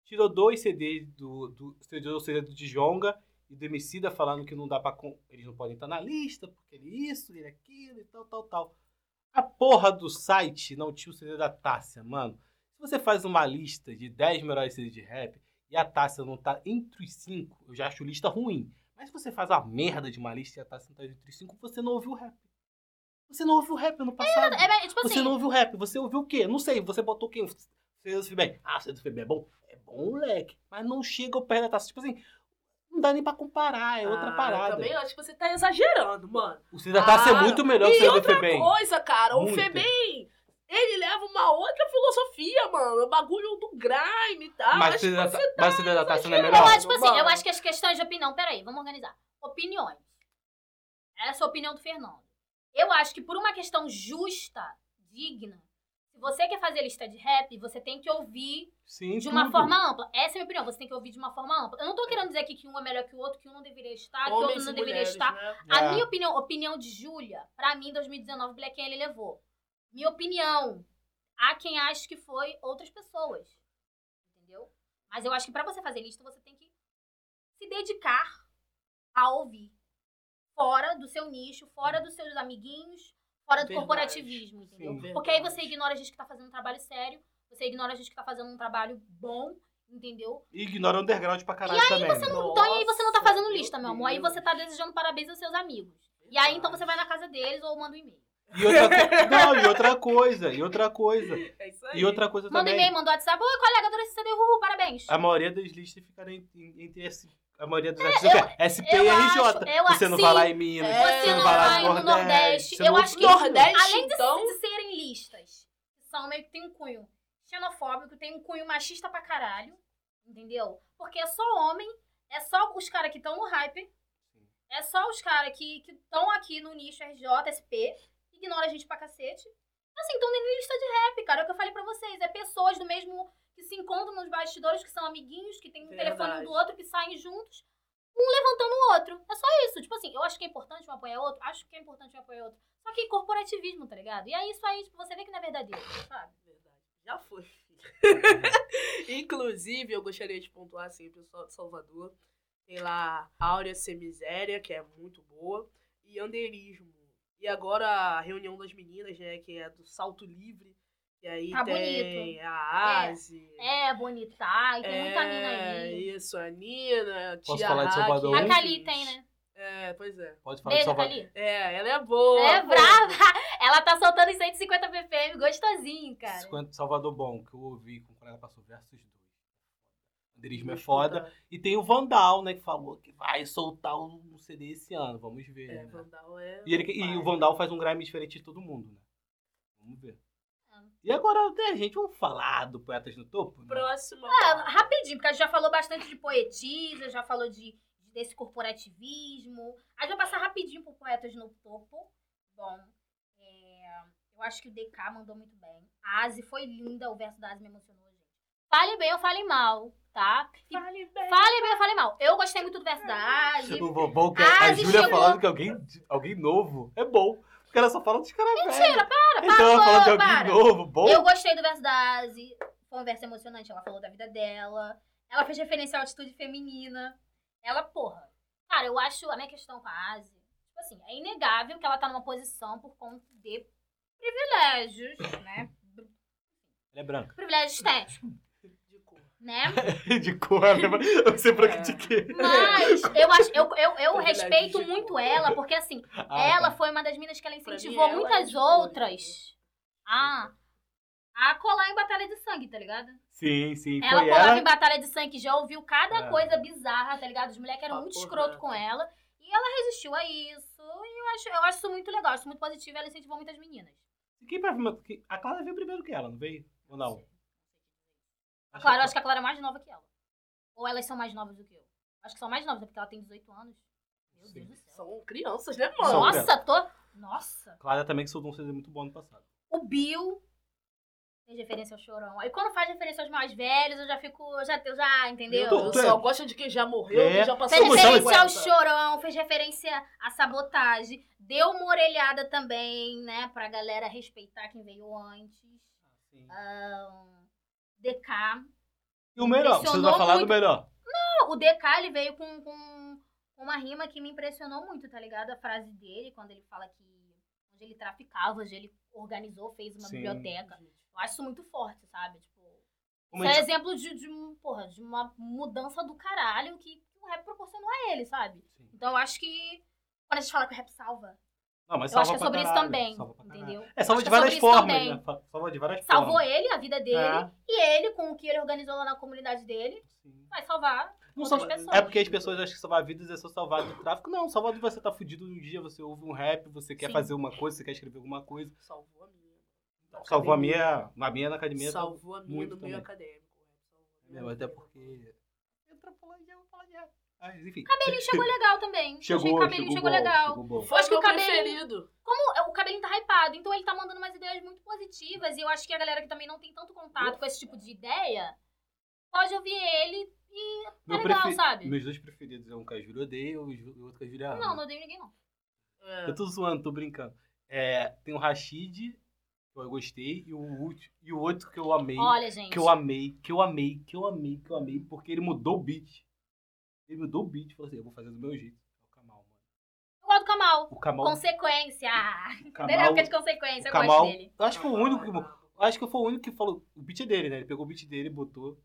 S2: Tirou dois CDs do, do tirou o CD do Djonga e do Emicida falando que não dá pra... con- Eles não podem estar na lista, porque ele é isso, ele aquilo e tal, tal, tal. A porra do site não tinha o CD da Tássia, mano. Se você faz uma lista de 10 melhores CDs de rap e a Tássia não tá entre os 5, eu já acho lista ruim. Mas se você faz a merda de uma lista e a Tássia não tá entre os 5, você não ouviu rap. Você não ouviu rap ano passado.
S1: É, mas, tipo
S2: Você
S1: assim,
S2: não ouviu rap, você ouviu o quê? Não sei, você botou quem? Você do Fibem. Ah, você do Fibem é bom? É bom, moleque. Mas não chega ao pé da taça. Tipo assim, não dá nem pra comparar, é outra
S3: Ah, Eu
S2: parada.
S3: também acho que você tá exagerando, mano.
S2: O Cida Taça é
S3: Ah,
S2: muito melhor que
S3: e
S2: o Cida do
S3: outra
S2: Fibem.
S3: Coisa, cara. O
S2: Muito.
S3: Febem, ele leva uma outra filosofia, mano. O bagulho do grime e tal.
S2: Mas o
S3: Mas,
S2: Cida
S3: tipo,
S2: da- mas o Cida da Taça não é
S1: eu
S2: melhor?
S1: acho, tipo assim,
S3: Mano.
S1: eu acho que as questões de opinião. Peraí, vamos organizar. Opiniões. Essa é a opinião do Fernando. Eu acho que por uma questão justa, digna, se você quer fazer lista de rap, você tem que ouvir
S2: Sim,
S1: de uma
S2: tudo.
S1: forma ampla. Essa é a minha opinião. Você tem que ouvir de uma forma ampla. Eu não tô querendo dizer aqui que um é melhor que o outro, que um não deveria estar, que o outro
S3: homens
S1: não
S3: e
S1: deveria
S3: mulheres,
S1: estar.
S3: né?
S1: A
S2: É.
S1: minha opinião, opinião de Júlia, pra mim, 2019, Black ele levou. Minha opinião. Há quem ache que foi outras pessoas. Entendeu? Mas eu acho que pra você fazer lista, você tem que se dedicar a ouvir. Fora do seu nicho, fora dos seus amiguinhos, fora do
S3: Verdade.
S1: corporativismo, entendeu?
S2: Sim.
S1: Porque aí
S3: Verdade.
S1: você ignora a gente que tá fazendo um trabalho sério, você ignora a gente que tá fazendo um trabalho bom, entendeu?
S2: E Ignora o underground pra caralho também. né?
S1: Então, e aí você não tá
S3: Nossa,
S1: fazendo
S3: meu
S1: lista, meu amor. Aí
S3: Deus.
S1: você tá desejando parabéns aos seus amigos. E aí, então, você vai na casa deles ou manda um e-mail.
S2: E outra, co- não, e outra coisa, e outra coisa.
S3: É isso aí.
S2: E outra coisa
S1: Manda um
S2: também.
S1: e-mail, manda um WhatsApp. Oi, colega, adorei esse CD. Uhul, parabéns.
S2: A maioria das listas ficaram em- em- entre esse. A maioria dos artistas é o quê? SP e
S1: eu
S2: RJ.
S1: acho- eu
S2: você
S1: acho-
S2: não
S1: sim.
S2: vai lá em Minas,
S3: É,
S1: Você não
S2: vai lá
S1: vai no Nordeste.
S2: você
S1: Eu
S2: não-
S1: acho que,
S3: Nordeste,
S1: além de,
S3: então?
S1: de serem listas, que são meio que tem um cunho xenofóbico, tem um cunho machista pra caralho, entendeu? Porque é só homem, é só os caras que estão no hype, é só os caras que estão aqui no nicho RJ, SP, ignora a gente pra cacete. Assim, então nem lista de rap, cara, é o que eu falei pra vocês. É pessoas do mesmo que se encontram nos bastidores, que são amiguinhos, que tem um
S3: Verdade.
S1: telefone um do outro, que saem juntos, um levantando o outro. É só isso. Tipo assim, eu acho que é importante um apoiar o outro, acho que é importante um apoiar o outro. Só que corporativismo, tá ligado? E é isso aí, tipo, você vê que não é verdadeiro, sabe?
S3: Verdade. Já foi, filho. Inclusive, eu gostaria de pontuar assim, o pessoal de Salvador. Tem lá Áurea Sem Miséria, que é muito boa, e Anderismo. E agora a reunião das meninas, né, que é do Salto Livre. E aí
S1: Tá
S3: tem
S1: bonito.
S3: a
S1: É.
S3: Asi.
S1: É, bonita, e tem muita mina
S3: É,
S1: aí.
S3: Isso, a Nina, a
S2: Posso
S3: Tia
S2: falar de
S3: Raque,
S2: Salvador
S1: A
S2: Bom,
S1: Kali tem, né?
S3: É, pois é.
S2: Pode falar de
S1: Beijo,
S2: Salvador.
S1: Kali.
S3: É, ela é boa.
S1: É
S3: pô.
S1: brava! Ela tá soltando em 150 ppm, gostosinho, cara.
S2: Quanto Salvador Bom, que eu ouvi com o colega passou versus dois. O Anderismo é foda. E tem o Vandal, né, que falou que vai soltar um CD esse ano. Vamos ver.
S3: É,
S2: né?
S3: Vandal é.
S2: E, ele- e
S3: pai.
S2: o Vandal faz um grime diferente de todo mundo, né? Vamos ver.
S1: Ah.
S2: E agora, né, gente, vamos falar do Poetas no Topo? né?
S3: Próxima.
S1: É, rapidinho, porque a gente já falou bastante de poetisa, já falou de, desse corporativismo. A gente vai passar rapidinho pro Poetas no Topo. Bom, é, eu acho que o DK mandou muito bem. A Asi foi linda, o verso da Asi me emocionou, gente. Fale bem ou fale mal, tá? E
S3: Fale bem.
S1: fale bem ou fale mal. Eu gostei muito do verso da Asi.
S2: O bom Tipo, que
S1: Ah,
S2: a
S1: se
S2: Júlia
S1: chegou.
S2: falando que alguém, alguém novo é bom. Porque ela só fala dos caras velhos.
S1: Mentira, para, para,
S2: Então ela fala de alguém
S1: para.
S2: novo, bom.
S1: Eu gostei do verso da Asi. Foi um verso emocionante. Ela falou da vida dela. Ela fez referência à atitude feminina. Ela, porra. Cara, eu acho a minha questão com a Asi. Tipo assim, é inegável que ela tá numa posição por conta de privilégios, né?
S2: Ela é branca.
S1: Privilégios estéticos,
S3: De cor.
S1: né?
S2: De cor, né? Você é branca de quê?
S1: Mas eu acho, eu, eu, eu
S3: Privilégios
S1: respeito
S3: de
S1: muito
S3: cor.
S1: ela, porque assim,
S2: Ah,
S1: ela
S2: tá.
S1: foi uma das minas que ela
S3: Pra mim,
S1: incentivou
S3: ela é
S1: muitas
S3: de cor,
S1: outras a, a colar em batalha de sangue, tá ligado?
S2: Sim, sim.
S1: Ela
S2: foi
S1: colava
S2: ela.
S1: em Batalha de Sangue, já ouviu cada
S2: É.
S1: coisa bizarra, tá ligado? Os moleques eram
S3: Ah,
S1: muito
S3: porra.
S1: escroto com ela. E ela resistiu a isso. E eu acho, eu acho isso muito legal, acho isso muito positivo. Ela incentivou muitas meninas.
S2: Quem vai quem- A Clara veio primeiro que ela, não veio? Ou não?
S1: A Clara, eu acho que a Clara é mais nova que ela. Ou elas são mais novas do que eu. Acho que são mais novas, né? porque ela tem 18 anos. Meu
S2: Sim.
S1: Deus do céu.
S3: São crianças, né, mano?
S2: São
S1: Nossa, tô. Nossa.
S2: Clara também que soltou um CD muito bom ano passado.
S1: O Bill. Fez referência ao chorão. Aí quando faz referência aos mais velhos, eu já fico. Eu já, eu já entendeu?
S3: Eu
S2: Tô- tô-
S3: só gosto de quem já morreu,
S2: É.
S3: quem já passou
S1: Fez
S2: Somos
S3: por
S1: referência ao
S3: 50.
S1: chorão, fez referência à sabotagem, deu uma orelhada também, né? Pra galera respeitar quem veio antes. Ah, Ahn, DK.
S2: E o melhor? Você
S1: Impressionou
S2: vai falar
S1: muito.
S2: do melhor.
S1: Não, O DK ele veio com, com uma rima que me impressionou muito, tá ligado? A frase dele, quando ele fala que onde ele traficava, onde ele organizou, fez uma
S2: Sim.
S1: biblioteca. Eu acho isso muito forte, sabe? Tipo,
S2: Como
S1: isso
S2: a
S1: é
S2: gente-
S1: exemplo de, de, um- porra, de uma mudança do caralho que o rap proporcionou a ele, sabe?
S2: Sim.
S1: Então eu acho que quando a gente fala que o rap salva,
S2: Não, mas
S1: eu acho
S2: salva
S1: que é
S2: pra
S1: sobre isso
S2: caralho,
S1: também,
S2: salva pra caralho.
S1: entendeu?
S2: É, salva
S1: Acho
S2: de
S1: que é
S2: várias
S1: sobre isso
S2: formas,
S1: também.
S2: né? Fa- Salva de várias
S1: Salvou
S2: formas.
S1: ele, a vida dele,
S2: É,
S1: e ele, com o que ele organizou lá na comunidade dele,
S2: sim.
S1: vai salvar
S2: Não
S1: outras
S2: salva-
S1: pessoas.
S2: É porque as pessoas acham que salvar vidas é só salvar do tráfico. Não, salvar de você tá fudido um dia, você ouve um rap, você quer
S1: Sim.
S2: fazer uma coisa, você quer escrever alguma coisa.
S3: Salvou a minha.
S2: Salvou a minha, a minha na academia. tá Salvou.
S3: Salvou a minha
S2: muito
S3: no
S2: também.
S3: meio
S2: É,
S3: acadêmico.
S2: Até porque... Entra falando de água, falando de água. Ah, Mas, enfim.
S1: Cabelinho chegou legal também. Achei que o
S2: Chegou,
S1: cabelinho
S2: chegou,
S1: chegou
S2: bom,
S1: legal.
S2: Chegou bom.
S3: Foi
S1: Acho
S3: acho
S1: que
S3: que
S1: o cabelo-
S3: preferido.
S1: Como o cabelinho tá hypado, então ele tá mandando umas ideias muito positivas. E eu acho que a galera que também não tem tanto contato com esse tipo de ideia pode ouvir ele e tá
S2: Meu
S1: legal,
S2: prefe-
S1: sabe?
S2: Meus dois preferidos é um que a Júlia odeia e o Ju- e o outro que a Júlia ama.
S1: Não, não odeio ninguém, não.
S3: É.
S2: Eu tô zoando, tô brincando. É, tem o Rashid, que eu gostei, e o, ulti- e o outro que eu amei.
S1: Olha, gente.
S2: que eu amei, que eu amei, que eu amei, que eu amei, porque ele mudou o beat. Ele mudou o beat, falou assim, eu vou fazer do meu jeito. É o Kamal, mano.
S1: Eu gosto do Kamal.
S2: O Kamal,
S1: Consequência.
S2: o
S1: Melhor
S2: Kamal,
S1: época de consequência,
S2: o
S1: eu
S2: Kamal-
S1: gosto dele.
S2: eu acho que foi o único que, eu acho que foi o único que falou, o beat é dele, né? Ele pegou o beat dele, botou,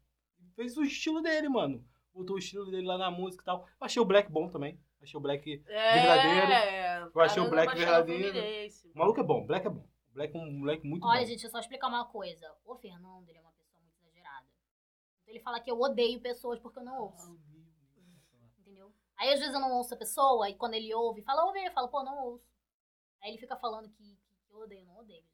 S2: fez o estilo dele, mano. Botou o estilo dele lá na música e tal. Eu achei o Black bom também. Achei o Black, verdadeiro.
S3: É.
S2: Eu achei o
S3: Cara,
S2: Black
S3: da Baixada
S2: verdadeiro.
S3: Fluminense.
S2: o maluco é bom, o Black é bom. O Black é um moleque muito
S1: Olha,
S2: bom.
S1: gente, deixa eu só explicar uma coisa. O Fernando, ele é uma pessoa muito exagerada. Então ele fala que eu odeio pessoas porque eu não ouço, entendeu? Aí às vezes eu não ouço a pessoa e quando ele ouve, fala, ouve, eu falo, pô, não ouço. Aí ele fica falando que, que eu odeio, não odeio, gente.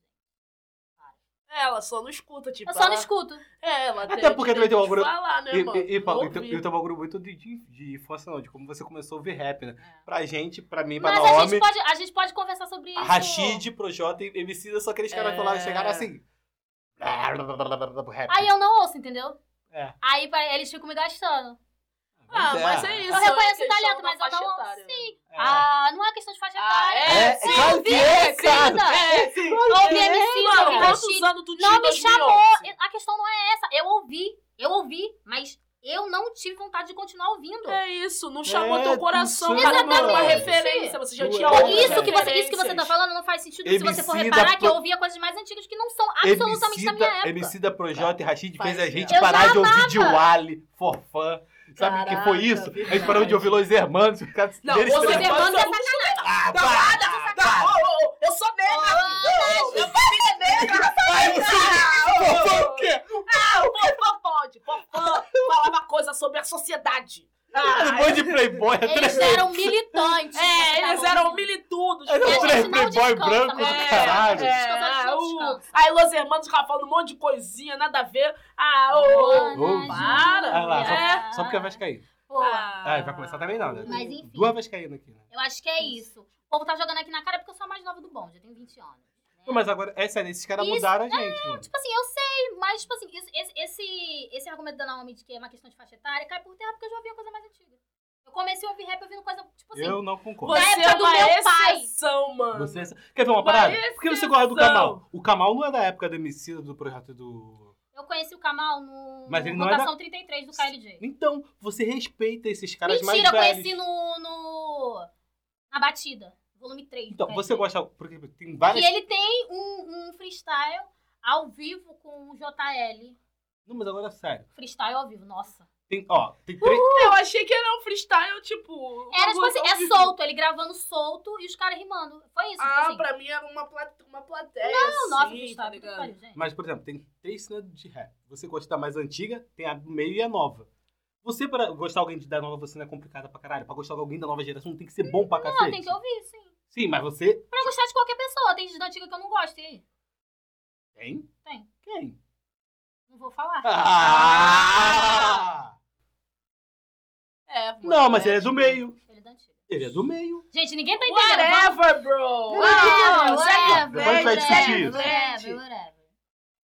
S3: É, Ela só não escuta, tipo.
S1: Eu só
S3: ela-
S1: não escuto.
S3: É, ela
S2: Até
S3: tem o
S2: porque também tem um
S3: direito de
S2: algoritmo-
S3: falar, né,
S2: E,
S3: mano?
S2: e, e, Paulo, e, tem-
S3: Ouvir.
S2: e tem um bagulho muito de, de, de infância, não, de como você começou a ouvir rap, né?
S1: É.
S2: Pra gente, pra mim, pra
S1: Mas a
S2: Naomi,
S1: gente, pode, a gente pode conversar sobre isso.
S2: Rashid, Projota e MC, só aqueles caras que falaram,
S3: É.
S2: chegaram assim. Rap.
S1: Aí eu não ouço, entendeu?
S2: É.
S1: Aí pra- eles ficam me gastando.
S3: Ah, mas é isso.
S1: Eu reconheço
S3: é
S1: o talento,
S3: questão da
S1: mas eu não
S3: faixa
S1: ouço.
S3: etária, né?
S1: Sim.
S2: É.
S1: Ah, não é questão de faixa
S3: Ah,
S1: etária.
S2: É,
S3: é?
S2: é claro que é, cara.
S1: É,
S3: sim.
S1: Ouvi MC,
S3: Mano,
S1: ouvi
S3: quantos
S1: Rashid.
S3: anos tu
S1: Não
S3: tinha
S1: me
S3: em 2011?
S1: chamou. Eu- A questão não é essa. Eu ouvi, eu ouvi, mas eu não tive vontade de continuar ouvindo.
S3: É isso, não chamou
S2: É,
S3: teu
S2: tu
S3: coração,
S2: sabe,
S3: cara. Não era uma
S2: mano.
S3: referência, você já
S2: Tu
S3: tinha
S2: é.
S3: outras
S1: Isso que, você, isso que você tá
S3: referências.
S1: falando não faz sentido se você for
S2: MC
S1: reparar
S2: da
S1: que eu
S2: pro-
S1: ouvia coisas mais antigas que não são absolutamente da minha época.
S2: MC É. da Projota e Rashid fez a
S3: Tá. Faz
S2: gente
S1: ela.
S2: parar
S1: Eu
S2: de ouvir de Wally, Forfã. Sabe o que foi
S3: Caraca,
S2: isso? A gente
S3: verdade.
S2: parou de ouvir Los Hermanos. Os caras
S3: Não,
S2: deles
S3: Los
S1: Você
S2: três-
S3: Hermanos-
S1: levando essa
S2: Ah, para, para.
S3: tá Ô, ô, ô, Eu sou negra!
S2: Aí você- é Forfã o quê?
S3: Ah, o Popó pode! Popó falava coisa sobre a sociedade.
S2: Um
S3: Ah,
S2: monte de playboy
S1: Eles
S2: atrás.
S1: eram militantes. tá
S3: é, eles eram militudos.
S2: Eram
S1: E a
S2: três
S1: gente não
S2: playboy
S1: descansa,
S2: brancos
S1: né?
S2: do
S1: É,
S2: caralho.
S1: é. descansa, a gente não descansa.
S3: Ah, Aí Los Hermanos ficava falando um monte de coisinha, nada a ver. Ah, ô, ô.
S1: Ana,
S2: ô,
S3: para.
S1: Júlia.
S2: Ah lá,
S3: É.
S2: Só porque é vascaíno.
S1: né, Pô,
S2: Ah, vai começar também não, né?
S1: Mas enfim.
S2: Duas vascaínas aqui, né?
S1: eu acho que é isso. O povo tá jogando aqui na cara porque eu sou a mais nova do bom, já tenho 20 anos. né?
S2: Não, mas agora, é sério, esses caras
S1: Isso,
S2: mudaram a gente, mano.
S1: Tipo assim, eu sei, mas tipo assim, isso- esse, esse, esse argumento da Naomi de que é uma questão de faixa etária cai por terra porque eu já ouvia coisa mais antiga. Eu comecei a ouvir rap ouvindo coisa, tipo assim,
S2: Eu não concordo.
S3: Você
S1: época
S3: é
S1: do
S3: uma
S1: meu pai.
S3: exceção, mano.
S2: Você- é Quer ver uma
S3: Mas
S2: parada?
S3: esse
S2: Por que você gosta do
S3: são-
S2: Kamal? O Kamal não é da época da MC, do projeto do...
S1: eu conheci o Kamal no
S2: Mas ele não é
S1: Rotação 33 do KLJ.
S2: Então, você respeita esses caras
S1: Mentira, eu
S2: mais
S1: conheci
S2: velhos.
S1: no, no. Na Batida, volume 3. do
S2: Então,
S1: KLJ.
S2: você gosta... Porque tem
S1: Que
S2: várias...
S1: ele tem um, um freestyle ao vivo com o JL.
S2: Não, mas agora, é sério.
S1: Freestyle ao vivo, nossa.
S2: Tem, ó, tem três...
S3: Eu achei que era um freestyle, tipo.
S1: Era tipo
S3: uma
S1: assim,
S3: coisa
S1: é solto, ele gravando solto e os caras rimando. Foi isso,
S3: Ah,
S1: tipo assim.
S3: pra mim era uma, plat... uma plateia.
S1: Não,
S3: Não,
S1: nossa,
S3: assim,
S1: freestyle,
S3: tá
S1: puta que
S3: ligado?
S1: pariu, gente.
S2: Mas, por exemplo, tem três cenas de rap. Você gosta da mais antiga, tem a do meio e a nova. Você, pra gostar alguém de da nova, você não é complicada pra caralho. Pra gostar de alguém da nova geração, tem que ser bom pra cacete.
S1: Não, tem que ouvir, sim.
S2: Sim, mas você...
S1: Pra gostar de qualquer pessoa, tem gente da antiga que eu não gosto, e aí?
S2: Tem?
S1: Tem.
S2: Quem?
S1: Não vou falar.
S2: Ah!
S3: É, mano,
S2: Não, mas
S3: né?
S2: ele é do meio.
S1: Ele é da antiga.
S2: Ele é do meio.
S1: Gente, ninguém tá entendendo. vamos-
S3: Whatever, bro! Ah,
S1: Whatever,
S3: Whatever, segue em
S1: whatever,
S2: Depois a gente vai
S3: frente, segue
S2: discutir
S3: em
S1: whatever,
S2: isso.
S3: frente.
S1: whatever, whatever.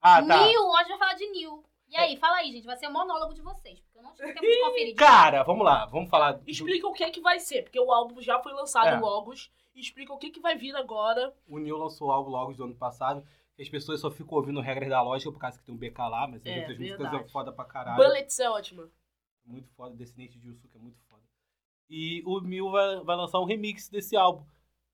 S2: Ah, tá.
S1: Nil, hoje vai falar de Nil. E aí, fala aí, gente. Vai ser o monólogo de vocês. Porque eu não tive tempo de conferir.
S2: Cara, vamos lá. Vamos falar... do-
S3: Explica o que é que vai ser, porque o álbum já foi lançado
S2: É.
S3: em Logos. Explica o que, que vai vir agora.
S2: O Neil lançou algo logo do ano passado. que as pessoas só ficam ouvindo regras da lógica por causa que tem um BK lá, mas as
S3: É,
S2: outras músicas é
S3: verdade.
S2: foda pra caralho.
S3: Bullets é ótima.
S2: Muito foda, Descendente de Yusuke é muito foda. E o Mil vai, vai lançar um remix desse álbum,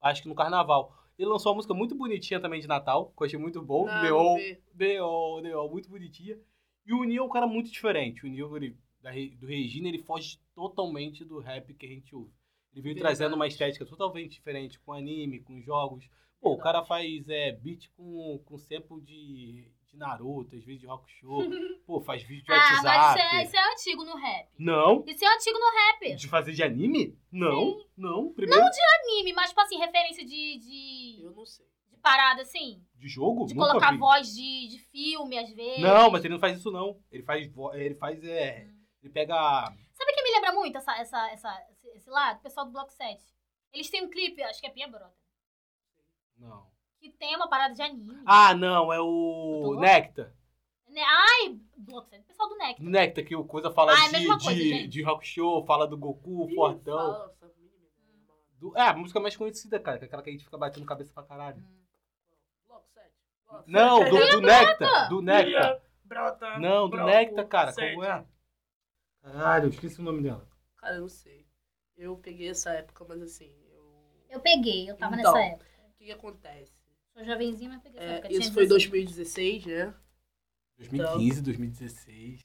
S2: acho que no carnaval. Ele lançou uma música muito bonitinha também de Natal, que eu achei muito bom.
S3: Não,
S2: Neon,
S3: vê.
S2: Neon, Neon, muito bonitinha. E o Neil é um cara muito diferente. O Neil ele, da Re- do Regina, ele foge totalmente do rap que a gente ouve. Ele veio
S3: Verdade.
S2: trazendo uma estética totalmente diferente, com anime, com jogos. Pô, o
S3: Verdade.
S2: cara faz é, beat com, com sample de, de Naruto, às vezes de Rock Show. Pô, faz vídeo de
S1: Ah, mas
S2: WhatsApp.
S1: isso é, isso é antigo no rap.
S2: Não.
S1: Isso é antigo no rap.
S2: De fazer de anime? Não, não. Primeiro
S1: Anime, mas, tipo assim, referência de, de,
S3: Eu não sei.
S1: de parada, assim.
S2: de jogo?
S1: De
S2: Nunca
S1: colocar
S2: vi.
S1: voz de, de filme, às vezes.
S2: Não, mas ele não faz isso não. Ele faz vo- ele faz é, ele pega
S1: Sabe quem me lembra muito essa, essa, essa, esse, esse lado? O pessoal do Bloco 7. Eles têm um clipe, acho que é Pinha Brota,
S2: não.
S1: que tem uma parada de anime.
S2: Ah, não, é
S1: Eu
S2: o
S1: tô
S2: Nectar.
S1: Né? Ai, Bloco 7. O pessoal do Nectar.
S2: Nectar que o coisa fala
S1: Ah, é a
S2: de,
S1: mesma coisa,
S2: de,
S1: gente.
S2: de rock show, fala do Goku,
S3: Ih,
S2: Fortão.
S3: fala, essa menina.
S2: Do, é, a música mais conhecida, cara, que é aquela que a gente fica batendo cabeça pra caralho.
S1: Hum.
S3: Bloco 7. Bloco
S2: Não, do,
S3: 7.
S2: do Nectar, do
S3: Minha
S2: Nectar.
S3: Brota.
S2: Não, do
S3: Bloco
S2: Nectar, cara, como
S3: 7.
S2: é? Caralho, eu esqueci o nome dela.
S3: Cara, eu não sei. Eu peguei essa época, mas assim, eu...
S1: Eu peguei, eu tava
S3: Então.
S1: nessa época.
S3: o que, que acontece?
S1: Sou jovenzinha, mas peguei essa
S3: É,
S1: época.
S3: isso
S1: Tinha
S3: foi
S1: 16.
S3: em 2016, né?
S2: 2015, 2016.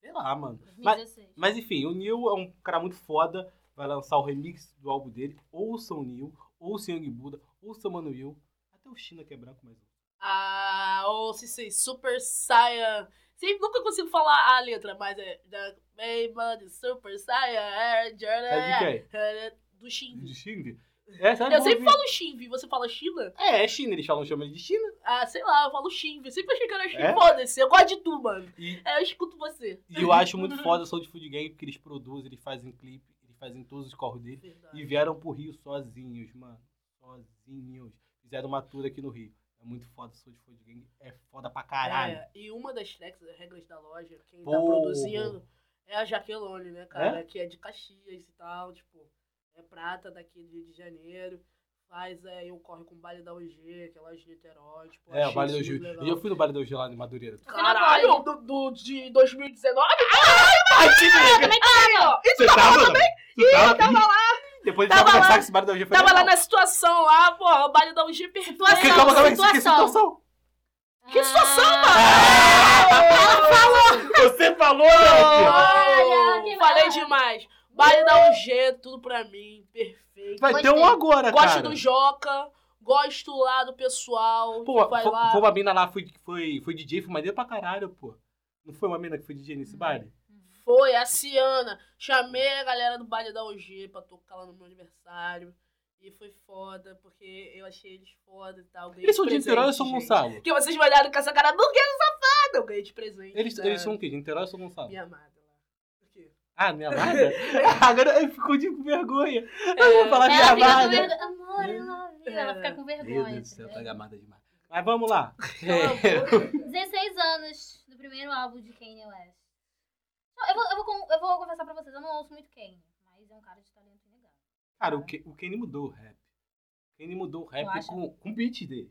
S2: Sei lá, mano. Mas,
S1: 2016.
S2: mas enfim, o Neil é um cara muito foda. Vai lançar o remix do álbum dele. Ouçam o Neil, ouçam Young Buda, ouçam o Manuel. Até o China que é branco, mas.
S3: Ah, ou se sei, Super Saiyan. Sempre nunca consigo falar a letra, mas é. Da Baby de Super Saiyan Air Jordan.
S2: É de
S3: é, Do
S2: quem?
S3: Shin.
S2: De Xing? É, sabe
S3: Eu
S2: como
S3: sempre
S2: vi?
S3: falo Shin, você fala China?
S2: É, é China, eles falam, chamam ele de China.
S3: Ah, sei lá, eu falo Shin. Eu sempre achei que era Shin.
S2: É?
S3: Foda-se, eu gosto de tu, mano.
S2: E,
S3: É, eu escuto você.
S2: e eu acho muito foda a Soul de Food Gang, porque eles produzem, eles fazem clipe, eles fazem todos os corros dele.
S3: Verdade.
S2: E vieram pro Rio sozinhos, mano. Sozinhos. Fizeram uma tour aqui no Rio. É muito foda, Soul de Food Gang é foda pra caralho.
S3: É, e uma das tracks, das regras da loja, quem tá
S2: Porra.
S3: produzindo é a Jaqueline, né, cara? Que é de Caxias e tal, tipo, é prata daqui do Rio de Janeiro. Faz aí um corre com o Baile da UG, que é lá de Niterói, tipo,
S2: É, o
S3: achei
S2: Baile do
S3: isso
S2: Gil.
S3: muito legal.
S2: E eu fui no Baile do Gil lá em Madureira.
S3: Caralho, Ah, do, do- de 2019?
S1: Eu também tava!
S2: Você tava? Você tava? Tava lá. Depois de
S3: Tava
S2: conversar
S3: lá.
S2: que esse Baile do Gil foi
S3: Tava lá
S2: legal.
S3: na situação lá, porra, o Baile da UG perfeito.
S2: Que
S1: situação,
S2: calma, calma, que- que
S1: situação.
S2: situação.
S3: Que
S1: Ah,
S3: situação, É.
S2: Você falou, né, Beck.
S1: Olha, que
S3: Falei
S1: maravilha.
S3: demais. Baile da UG, tudo pra mim, perfeito.
S2: Vai ter
S1: Gostei.
S2: um agora,
S3: Gosto
S2: cara.
S3: do Joca, gosto lá do pessoal
S2: Pô,
S3: que vai
S2: foi-
S3: lá.
S2: foi uma mina lá, foi, foi, foi DJ, foi maneiro pra caralho, pô. Não foi uma mina que foi DJ
S3: Hum,
S2: nesse baile?
S3: Foi a Ciana. Chamei a galera do baile da OG pra tocar lá no meu aniversário. E foi foda, porque eu achei eles foda e tal. ganhei
S2: Eles
S3: de
S2: são de Niterói ou
S3: presente,
S2: São
S3: gente.
S2: Gonçalo?
S3: Porque vocês me olharam com essa cara burguesa safada. é Eu ganhei de presente.
S2: Eles,
S3: da
S2: eles são o quê? De Niterói ou São Gonçalo?
S3: É. Minha amada lá. Por quê?
S2: Ah, minha amada? Agora eu fico de vergonha. Eu vou
S3: É,
S2: falar minha
S1: Ela fica com
S2: amada.
S1: vergonha. Amor, eu não vi. Ela
S3: É.
S1: fica com vergonha.
S2: Meu Deus do céu,
S1: entendeu?
S2: tá gamada demais. Mas vamos lá.
S3: cala a
S2: É.
S3: boca.
S1: 16 anos do primeiro álbum de Kanye West. Não, eu, vou, eu, vou, con- eu vou confessar pra vocês, eu não ouço muito Kanye, mas é um cara de talento legal.
S2: Cara, o, Ke o Kenny mudou o rap. O Kenny mudou o
S1: Tu
S2: rap
S1: acha?
S2: com, com o beat dele.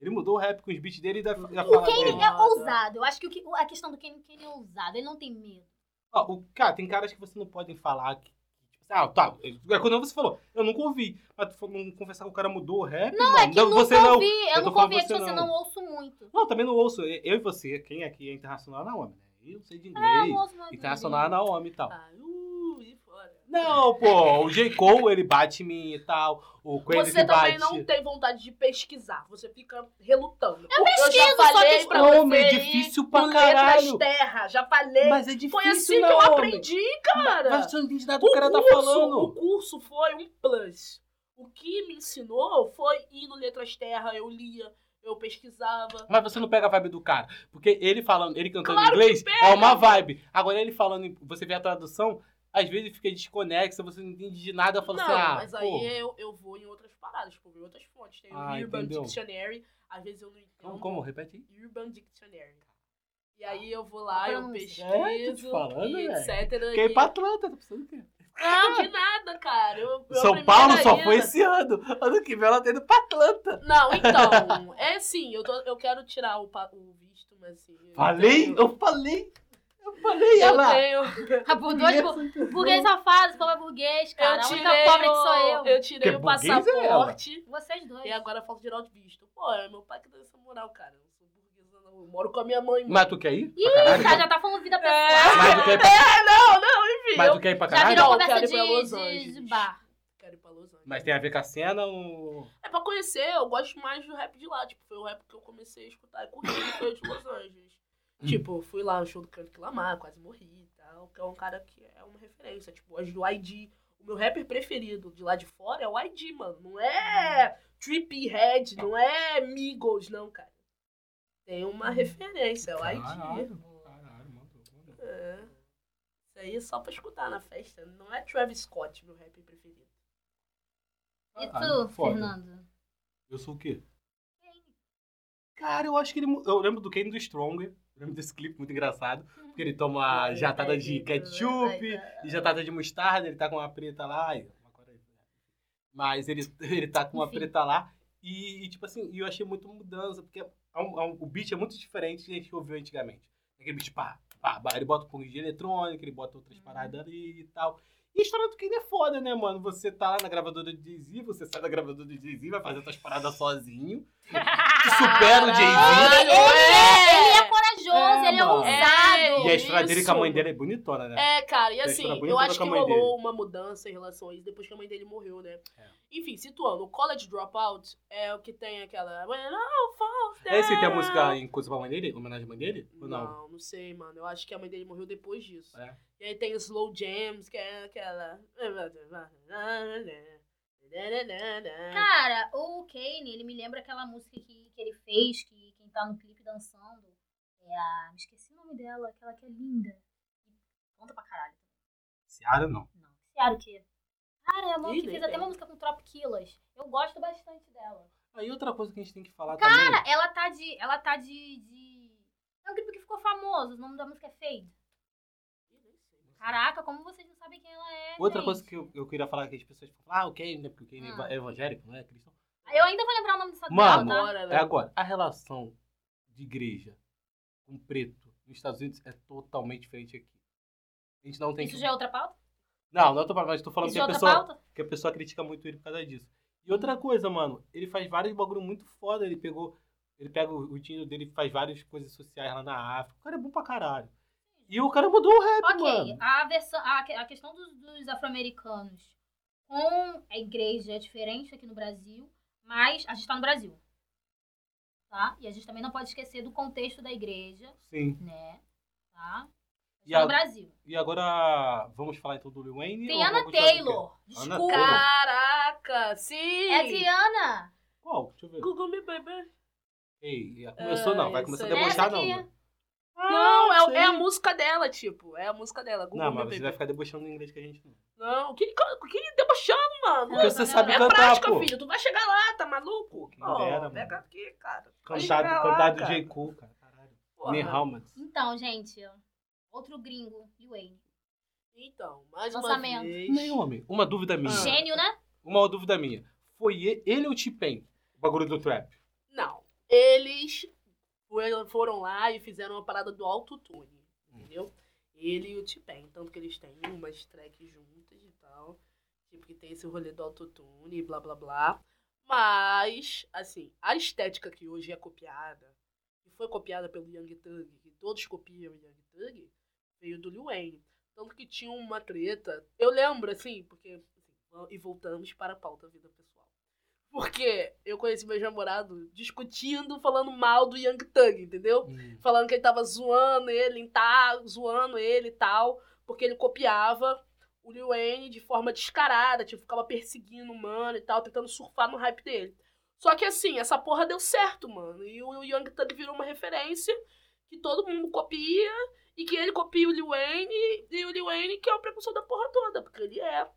S2: Ele mudou o rap com os beats dele e da, da
S3: O
S2: fala
S1: Kanye
S2: dele.
S1: é ousado. Eu acho que o que- a questão do Kanye, Kanye é ousado, ele não tem medo.
S2: Ó, o, cara, tem caras que você não pode falar que. Tipo, assim, ah, tá. É quando você falou, eu nunca ouvi. Mas tu for- não conversar com o cara mudou o rap. Não, mano.
S1: É que eu nunca
S2: você não.
S1: ouvi, eu,
S2: eu tô
S1: nunca
S2: falando
S1: ouvi, é que
S2: você
S1: tipo assim, eu
S2: não.
S1: não ouço muito.
S2: Não, também não ouço. Eu e você, quem aqui é internacional na homem, né? Eu sei de
S1: É, eu
S2: inglês.
S1: não ouço muito.
S2: internacional na homem e tal.
S3: Ah, uh, e fora.
S2: Não, pô, o J. Cole, ele bate em mim e tal. O Quentin
S3: Você também
S2: bate.
S3: não tem vontade de pesquisar. Você fica relutando.
S1: Eu pesquiso, tipo,
S3: já falei
S1: só que
S3: pra
S2: Homem, é
S3: você. ir
S2: difícil
S3: com
S2: pra
S3: letras
S2: caralho.
S3: terra, já falei.
S2: Mas é difícil,
S3: Foi assim
S2: não,
S3: que eu
S2: homem.
S3: aprendi, cara.
S2: Mas você não entende nada do que o cara tá
S3: curso- O
S2: falando.
S3: curso foi um plus. O que me ensinou foi ir no Letras Terra, eu lia, eu pesquisava.
S2: Mas você não pega a vibe do cara. Porque ele falando, ele cantando
S3: Claro
S2: em inglês
S3: que
S2: é uma vibe. Agora ele falando, em- você vê a tradução, às vezes fica desconexa, você não entende de nada, fala
S3: Não,
S2: assim, ah,
S3: mas
S2: pô,
S3: aí é eu, eu vou em outras paradas, tipo, em outras fontes. Tem
S2: Ah,
S3: o Urban
S2: entendeu.
S3: Dictionary, às vezes eu não entendo.
S2: Como, como? Repete aí.
S3: Urban Dictionary. E aí eu vou lá, eu
S1: Pronúncia.
S3: pesquiso,
S2: É, tô te falando,
S3: e
S2: velho.
S3: etc.
S2: Fiquei
S3: e-
S2: pra Atlanta, tá precisando o quê?
S3: Ah, de nada, cara. Eu- eu
S2: São
S3: aprendi
S2: Paulo só
S3: ainda.
S2: foi esse ano. Ano que vem ela tá indo pra Atlanta.
S3: Não, então, é sim, eu, tô, eu quero tirar o, pa- o visto, mas assim... eu
S2: Falei?
S3: tenho-
S2: Eu falei. Eu falei,
S3: Eu
S2: olha lá.
S3: tenho...
S1: Ah, por dois bu- burguês safados, pobre é burguês, cara. a única
S3: tirei
S1: pobre
S3: o-
S1: que sou eu.
S3: Eu tirei
S2: Que
S3: o
S2: burguês é ela?
S3: passaporte
S1: Vocês dois.
S3: e agora eu faço tirar o visto. Pô, é meu pai que deu essa moral, cara. Eu não sou burguesa, não. Eu moro com a minha mãe.
S2: Mas tu quer ir?
S1: Ih,
S2: Pra caralho?
S1: tá, já tá falando vida pessoal.
S2: Mas tu quer ir pra,
S3: Ah, Não, não, enfim.
S2: mas
S3: eu
S2: tu quer ir pra
S1: Já
S2: caralho?
S1: virou
S3: Não,
S1: conversa
S3: quero
S1: de,
S3: ir pra
S1: de,
S3: Los
S1: de
S3: Angeles.
S1: bar.
S3: quero ir pra Los Angeles.
S2: Mas tem a ver com a cena ou...
S3: É pra conhecer, eu gosto mais do rap de lá. Tipo, foi o rap que eu comecei a escutar e curti, foi o de Los Angeles. Tipo, eu fui lá no show do Kendrick Lamar, quase morri e tal. Que é um cara que é uma referência. Tipo, as do ID. O meu rapper preferido de lá de fora é o ID, mano. Não é Trippy Head, não é Migos, não, cara. Tem uma referência, é o ID.
S2: caralho, mandou, mandou.
S3: É. Isso aí é só pra escutar na festa. Não é Travis Scott, meu rapper preferido.
S1: E
S2: Caralho,
S1: tu,
S2: foda.
S1: Fernando?
S2: Eu sou o quê? Cara, eu acho que ele. mu- Eu lembro do Kane do Stronger. Eu lembro desse clipe muito engraçado. Porque ele toma jatada de ketchup e jatada de mostarda. Ele tá com uma preta lá. e- Mas ele, ele tá com uma
S1: Enfim.
S2: preta lá. E, e, tipo assim, e eu achei muito mudança. Porque é um- é um- o beat é muito diferente do que a gente ouviu antigamente. Aquele beat, pá, pá, pá. Ele bota um pouco de eletrônica, ele bota outras paradas ali e tal. E a história do Kane é foda, né, mano? Você tá lá na gravadora do Jay-Z, você sai da gravadora do Jay-Z, vai fazer suas paradas sozinho. Tu supera o Jay-Z.
S1: é
S3: Caralho,
S1: Ele é
S3: é!
S1: corajoso,
S2: É,
S1: ele é
S2: mano.
S1: ousado.
S2: E a história dele com a mãe
S3: Isso.
S2: dele é bonitona, né?
S3: É, cara, e
S2: Tá
S3: assim,
S2: estourando
S3: eu
S2: muito
S3: acho
S2: com
S3: que
S2: a mãe
S3: rolou
S2: dele.
S3: uma mudança em relação a isso depois que a mãe dele morreu, né?
S2: É.
S3: Enfim, situando, o College Dropout é o que tem aquela. When all falls down.
S2: É. Esse tem a música em coisa pra mãe dele? Homenagem à mãe dele? Ou não?
S3: Não, não sei, mano. Eu acho que a mãe dele morreu depois disso.
S2: É.
S3: E aí tem Slow Jams, que é aquela.
S1: Cara, o Kane, ele me lembra aquela música que, que ele fez, que quem tá no clipe dançando é a. Me esqueci o nome dela, aquela que é linda. Conta pra caralho.
S2: Seara não.
S1: Não. Claro que. Cara, é a mão
S3: Ih,
S1: que
S3: nem
S1: fez até
S3: lembro.
S1: uma música com Trop Killers. Eu gosto bastante dela.
S2: Aí outra coisa que a gente tem que falar também.
S1: Cara, ela tá de. Ela tá de. de... É um clipe que ficou famoso. O nome da música é Fade. Caraca, como vocês não sabem quem ela é.
S2: Outra
S1: gente?
S2: coisa que eu, eu queria falar que as pessoas falam, ah, o Kane, né? Porque o Kane é
S1: Ah.
S2: eva- é evangélico, não é cristão.
S1: Eu ainda vou lembrar o nome dessa dela,
S2: Mano,
S1: tá?
S3: Agora,
S2: É
S3: né?
S2: agora, a relação de igreja com preto nos Estados Unidos é totalmente diferente aqui. A gente não tem
S1: Isso
S2: que.
S1: já é outra pauta?
S2: Não, não é totalmente, mas tô falando
S1: Isso
S2: que
S1: já é
S2: a
S1: outra
S2: pessoa.
S1: pauta?
S2: que a pessoa critica muito ele por causa disso. E outra coisa, mano, ele faz vários bagulho muito foda. Ele pegou. Ele pega o o dinheiro dele e faz várias coisas sociais lá na África. O cara é bom pra caralho. E o cara mudou o rap,
S1: Ok,
S2: mano.
S1: a, versão, a, que- a questão dos, dos afro-americanos com a igreja é diferente aqui no Brasil, mas a gente tá no Brasil. Tá? E a gente também não pode esquecer do contexto da igreja,
S2: Sim.
S1: né? Tá? A
S2: E,
S1: no
S2: a-
S1: Brasil.
S2: e agora vamos falar então do Lil Wayne?
S1: Tem
S2: ou
S1: Anna
S2: vamos continuar do quê?
S1: Taylor.
S2: Anna
S1: Desculpa.
S2: Taylor?
S3: Caraca, sim!
S1: É Rihanna.
S2: Qual? Deixa eu ver.
S3: Google Me Baby.
S2: Ei, já começou não, vai
S3: isso
S2: começar a
S3: aí.
S2: debochar
S1: Ah, Essa
S2: não.
S1: aqui. é
S2: né?
S3: Não,
S2: Ah,
S3: é, o-
S2: sei.
S3: é a música dela, tipo. É a música dela. Google
S2: Não,
S3: Me
S2: mas você
S3: Baby.
S2: vai ficar debochando no inglês que a gente não.
S3: Não, que, que, que debochando, mano.
S2: Porque você
S1: não,
S2: sabe
S3: é
S2: cantar,
S3: prática,
S2: pô.
S3: filho. Tu vai chegar lá, tá maluco?
S2: Quem
S3: Ó,
S2: dera,
S3: pega
S2: mano.
S3: aqui, cara. Vai
S2: Cantar,
S3: chegar lá,
S2: cantar do
S3: cara.
S2: J. Cole, cara. Caralho.
S3: Porra.
S2: Nehalmans.
S1: Então, gente, ó, outro gringo, Lil Wayne.
S3: Então, mais
S1: Lançamento.
S3: uma vez.
S2: Nenhum homem. Uma dúvida minha.
S3: Ah.
S1: Gênio, né?
S2: Uma dúvida minha. Foi e- ele ou o T-Pain? O bagulho do trap.
S3: Não. Eles fo- foram lá e fizeram uma parada do autotune, entendeu? Ele e o T-Pain, tanto que eles têm umas tracks juntas e tal. Tipo, que tem esse rolê do autotune e blá blá blá. Mas, assim, a estética que hoje é copiada, que foi copiada pelo Young Thug, que todos copiam o Young Thug, veio do Lil Wayne. Tanto que tinha uma treta. Eu lembro, assim, porque. assim, e voltamos para a pauta vida pessoal. Porque eu conheci meu namorado discutindo, falando mal do Young Thug, entendeu? Falando que ele tava zoando ele, tá, zoando ele e tal, porque ele copiava o Lil Wayne de forma descarada, tipo, ficava perseguindo o mano e tal, tentando surfar no hype dele. Só que assim, essa porra deu certo, mano. E o Young Thug virou uma referência que todo mundo copia e que ele copia o Lil Wayne e o Lil Wayne que é o precursor da porra toda, porque ele é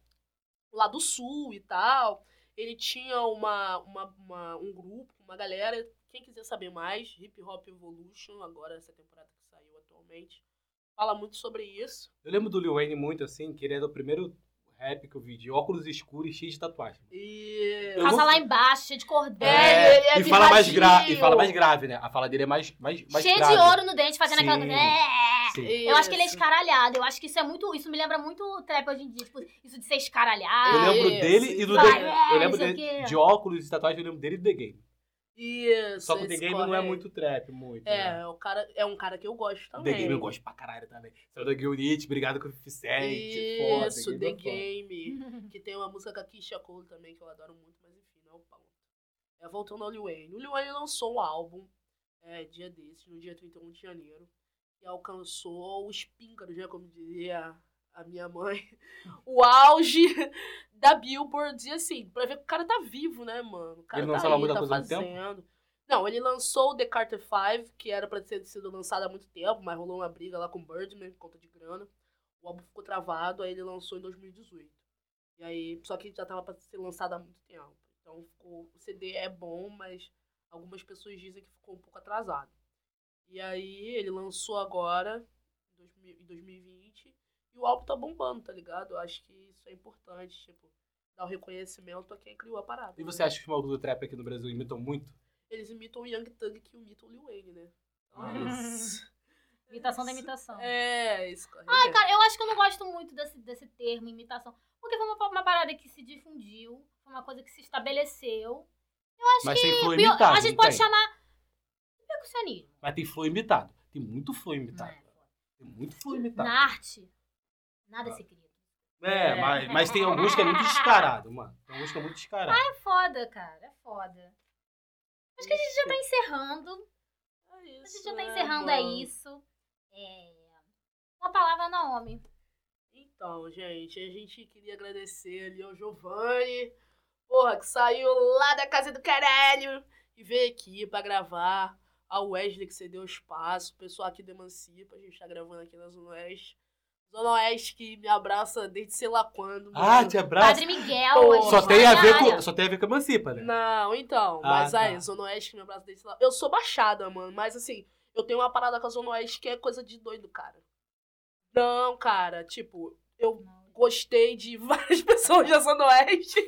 S3: lá do sul e tal ele tinha uma, uma, uma- um grupo, uma galera. Quem quiser saber mais, Hip Hop Evolution, agora essa temporada que saiu atualmente, fala muito sobre isso.
S2: Eu lembro do Lil Wayne muito assim, que ele era o primeiro rap que eu vi de óculos escuros e cheio de tatuagem.
S3: E.
S2: Eu
S1: Passa
S2: não-
S1: lá embaixo, cheio de cordel.
S3: É, ele é
S2: e fala mais
S3: vivadio.
S2: grave, e fala mais grave, né? A fala dele é mais mais, mais
S1: cheio
S2: grave.
S1: de ouro no dente, fazendo aquela
S2: Sim.
S1: coisa. "É".
S2: Sim.
S1: Eu acho que ele é
S3: Isso.
S1: escaralhado. Eu acho que isso é muito. Isso me lembra muito o trap hoje em dia. Tipo, isso de ser escaralhado.
S2: Eu
S3: Ah,
S2: lembro
S3: isso.
S2: dele e do
S1: Vai,
S2: The-
S1: é,
S2: Eu lembro
S1: não sei o
S2: dele,
S1: quê.
S2: de óculos e tatuagem, eu lembro dele do The Game.
S3: Isso,
S2: Só que o The
S3: esse
S2: Game não é
S3: corre-
S2: muito trap, muito. né?
S3: É, o cara, é um cara que eu gosto
S2: O
S3: também.
S2: The Game eu gosto pra caralho também. é Saiu da Guilherme, obrigado com o 57. foda,
S3: Isso, The
S2: é foda.
S3: Game.
S1: Uhum.
S3: Que tem uma música com a Keisha Cole também, que eu adoro muito, mas enfim, não é o pau. É, voltando ao Lil Wayne. O Lil Wayne lançou um álbum, é, dia desses, no dia 31 de janeiro, que alcançou os píncaros, né, como diria a minha mãe, o auge da Billboard. E assim, pra ver que o cara tá vivo, né, mano? O cara
S2: Ele
S3: tá
S2: lançava
S3: aí,
S2: muita
S3: tá
S2: coisa há muito tempo?
S3: fazendo. Não, ele lançou o The Carter 5, que era pra ter sido lançado há muito tempo, mas rolou uma briga lá com o Birdman, por conta de grana. O álbum ficou travado, aí ele lançou em 2018. E aí, só que já tava pra ser lançado há muito tempo. Então ficou, o CD é bom, mas algumas pessoas dizem que ficou um pouco atrasado. E aí ele lançou agora, em 2000 em 2020, e o álbum tá bombando, tá ligado? Eu acho que isso é importante, tipo, dar o reconhecimento a quem criou a parada.
S2: E você acha que os malucos do trap aqui no Brasil imitam muito?
S3: Eles imitam o Young Thug que imitam o Lil Wayne, né?
S2: Ah.
S3: Mas-
S1: imitação da imitação.
S3: É, isso.
S1: Ai, cara, eu acho que eu não gosto muito desse, desse termo, imitação. Porque foi uma, uma parada que se difundiu, foi uma coisa que se estabeleceu.
S2: Mas tem flow
S1: Bio-
S2: imitado.
S1: a gente
S2: não
S1: pode
S2: tem?
S1: chamar percussionismo.
S2: Mas tem flow imitado. Tem muito flow imitado.
S3: É.
S1: né?
S2: Tem muito flow imitado.
S1: Na arte, nada
S2: Tá.
S1: se cria.
S2: É,
S3: É.
S2: mas, mas tem alguns que é muito descarado, mano. Tem alguns que é muito descarado.
S1: É foda, cara, é foda. Acho que a gente já tá encerrando.
S3: É
S1: A gente já tá encerrando, é isso. É... Uma palavra Naomi.
S3: Então, gente, a gente queria agradecer ali ao Giovanni, porra, que saiu lá da casa do caralho e veio aqui pra gravar. Ao Wesley que cedeu o espaço, o pessoal aqui do Emancipa, a gente tá gravando aqui na Zona Oeste. Zona Oeste que me abraça desde sei lá quando.
S2: Ah,
S3: mano.
S2: te abraço.
S1: Padre Miguel.
S3: Pô.
S1: a gente
S2: Só
S1: tá
S2: tem, a
S1: na
S2: ver com,
S1: área.
S2: só tem a ver com a emancipa, né?
S3: Não, então.
S2: Ah,
S3: mas
S2: tá.
S3: aí, Zona Oeste, meu braço desse lá. Eu sou baixada, mano. Mas assim, eu tenho uma parada com a Zona Oeste que é coisa de doido, cara. Não, cara. Tipo, eu gostei de várias pessoas da Zona Oeste.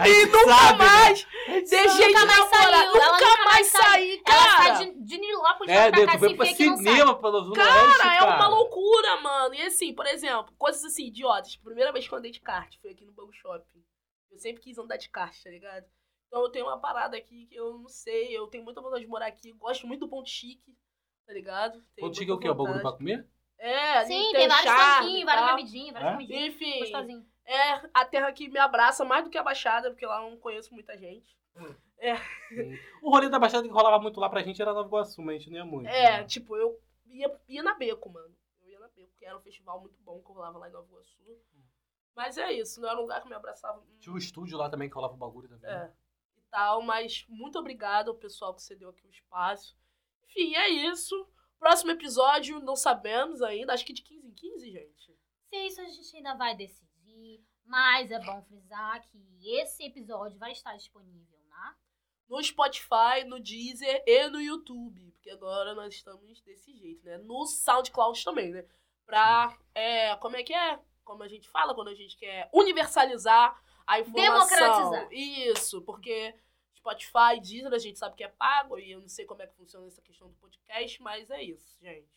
S2: Aí
S3: E
S2: tu
S3: nunca
S2: sabe, né?
S3: mais. Deixei
S1: Nunca
S3: de
S1: mais
S3: namorar.
S1: saiu, ela
S3: Nunca
S1: nunca mais
S3: mais saí,
S1: Ela
S3: cara.
S1: sai de, de Nilópolis
S2: É,
S1: pra assim, cá, se
S2: Deus, tu
S3: assim,
S2: foi pra
S1: vê que não sai.
S2: cinema pra Zona Oeste,
S3: Cara,
S2: cara.
S3: é uma loucura, mano. E assim, por exemplo, coisas assim, idiotas. Primeira vez que eu andei de kart foi aqui no Banco Shopping. Eu sempre quis andar de kart, tá ligado? Então eu tenho uma parada aqui que eu não sei, eu tenho muita vontade de morar aqui. Gosto muito do Ponto Chique, tá ligado? Tenho
S2: Contigo é o
S3: muita
S2: quê? O bagulho pra
S3: vontade.
S2: comer?
S3: É, ali
S1: Sim,
S3: tem,
S1: tem vários
S3: charme
S1: tanquinhos,
S3: e
S1: várias
S3: tal.
S1: bebidinhas, várias
S2: É?
S1: comidinhas.
S3: Enfim,
S1: Gostosinho.
S3: é a terra que me abraça mais do que a Baixada, porque lá eu não conheço muita gente.
S2: O rolê da Baixada que rolava muito lá pra gente era Nova Iguaçu, mas a gente não ia muito.
S3: É,
S2: né?
S3: tipo, eu ia, ia na Beco, mano. Eu ia na Beco, porque que era um festival muito bom que rolava lá em Nova Iguaçu. Mas é isso, não era um lugar que me abraçava. hum,
S2: Tinha um estúdio lá também que rolava o bagulho também. né?
S3: é, e tal, mas muito obrigado ao pessoal que cedeu aqui o espaço. Enfim, é isso. Próximo episódio, não sabemos ainda, acho que de 15 em 15, gente.
S1: Se é isso, a gente ainda vai decidir. Mas é bom frisar que esse episódio vai estar disponível né? na.
S3: No Spotify, no Deezer e no YouTube, porque agora nós estamos desse jeito, né? No SoundCloud também, né? Pra, é, como é que é? Como a gente fala quando a gente quer universalizar a informação.
S1: Democratizar.
S3: Isso, porque Spotify, Deezer, a gente sabe que é pago e eu não sei como é que funciona essa questão do podcast, mas é isso, gente.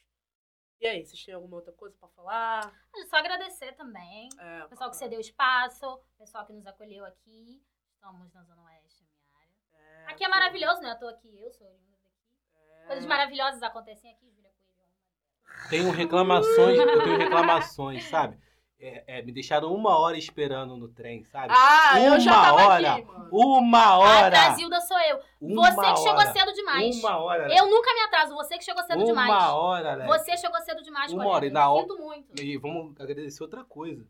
S3: E aí, vocês têm alguma outra coisa pra falar?
S1: É Só agradecer também.
S3: É,
S1: O pessoal que cedeu espaço, o pessoal que nos acolheu aqui. Estamos na Zona Oeste, minha área. Aqui é maravilhoso, né? Eu tô aqui, eu sou oriunda daqui.
S2: É.
S1: Coisas maravilhosas acontecem aqui, Júlia Coelho.
S2: Tenho um reclamações, eu tenho reclamações, sabe? É, é, me deixaram uma hora esperando no trem, sabe?
S3: Ah, eu já
S2: Uma
S3: tava aqui,
S2: hora.
S3: mano.
S2: Uma
S1: A
S2: hora!
S1: Brasilda Ah, sou eu.
S2: uma
S1: você que chegou
S2: hora,
S1: cedo demais.
S2: Uma hora,
S1: Eu nunca me atraso, você que chegou cedo
S2: uma
S1: demais.
S2: hora, né?
S1: Você chegou cedo demais,
S2: Uma
S1: colega.
S2: hora, e
S1: Eu
S2: na hora-
S1: Sinto muito.
S2: E vamos agradecer outra coisa.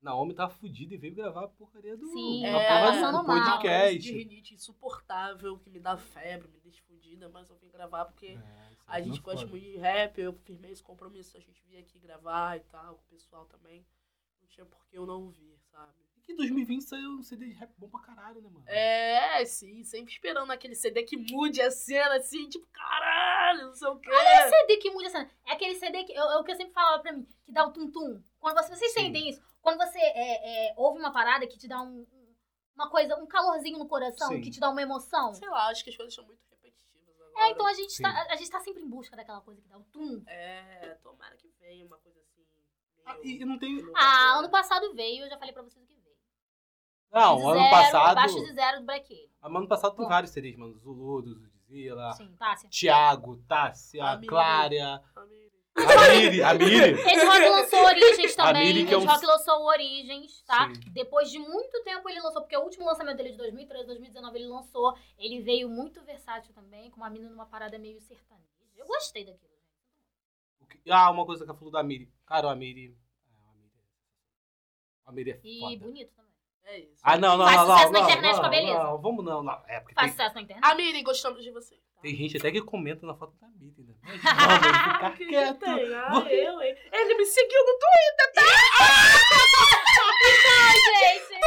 S2: Naomi tá fudida e veio gravar a porcaria do,
S1: Sim,
S3: É,
S2: a
S1: ela tá
S2: porra do
S1: passando mal.
S3: De
S2: podcast.
S3: rinite insuportável, que me dá febre, me deixa fodida, mas eu vim gravar porque
S2: É, isso
S3: a
S2: aí
S3: gente
S2: não
S3: gosta
S2: foda.
S3: muito de rap, eu firmei esse compromisso, a gente vir aqui gravar e tal, com o pessoal também. Não tinha por que eu não vir, sabe?
S2: E que 2020 saiu um CD de rap bom pra caralho, né, mano?
S3: É, sim, sempre esperando aquele CD que mude a cena, assim, tipo, caralho, não sei o quê.
S1: CD que muda a cena. É aquele CD que eu, é o que eu sempre falava pra mim, que dá o tum-tum. Quando você, vocês
S2: Sim.
S1: entendem isso? Quando você é, é, ouve uma parada que te dá um, um- uma coisa, um calorzinho no coração,
S2: Sim.
S1: que te dá uma emoção.
S3: Sei lá, acho que as coisas são muito repetitivas agora.
S1: É, então a gente,
S2: Sim.
S1: tá, a gente tá sempre em busca daquela coisa que dá o tum.
S3: É, tomara que venha uma coisa assim.
S2: Ah,
S3: meio
S2: e e não tem.
S3: inovadora.
S1: Ah, ano passado veio, eu já falei pra vocês o que veio. De
S2: Não, ano
S1: zero,
S2: passado.
S1: Abaixo de zero do Black Alien.
S2: Ano passado tem
S1: Bom.
S2: vários CDs, mano. Zulu, do Zudzilla,
S1: Sim, tá, assim, Tássia.
S2: Thiago, Tássia,
S3: Amigo.
S2: Clária,
S3: Amigo.
S2: a Miri, a Miri.
S1: Esse rock lançou Origens
S2: A
S1: também.
S2: Miri que é
S1: Esse
S2: um-
S1: rock lançou Origens, tá?
S2: Sim.
S1: Depois de muito tempo ele lançou, porque o último lançamento dele é de 2013, 2019 ele lançou. Ele veio muito versátil também, com uma mina numa parada meio sertaneja. Eu gostei daquilo.
S2: O que- Ah, uma coisa que eu falo da Miri. Cara, a Miri. Ah, a Miri é- A Miri é
S1: E
S2: foda.
S1: bonito também.
S3: É isso.
S2: Ah, não, não,
S1: Faz
S2: não, não.
S1: sucesso na
S2: não,
S1: internet
S2: não,
S1: com a beleza.
S2: Não, vamos não, não. É porque
S1: Faz
S2: tem,
S1: sucesso na internet.
S3: Amiri, gostamos de você.
S2: tem gente até que comenta na foto da Miri, né? Mas vamos ficar quieto.
S3: Ah, eu, hein? Ele me seguiu no
S1: Gente!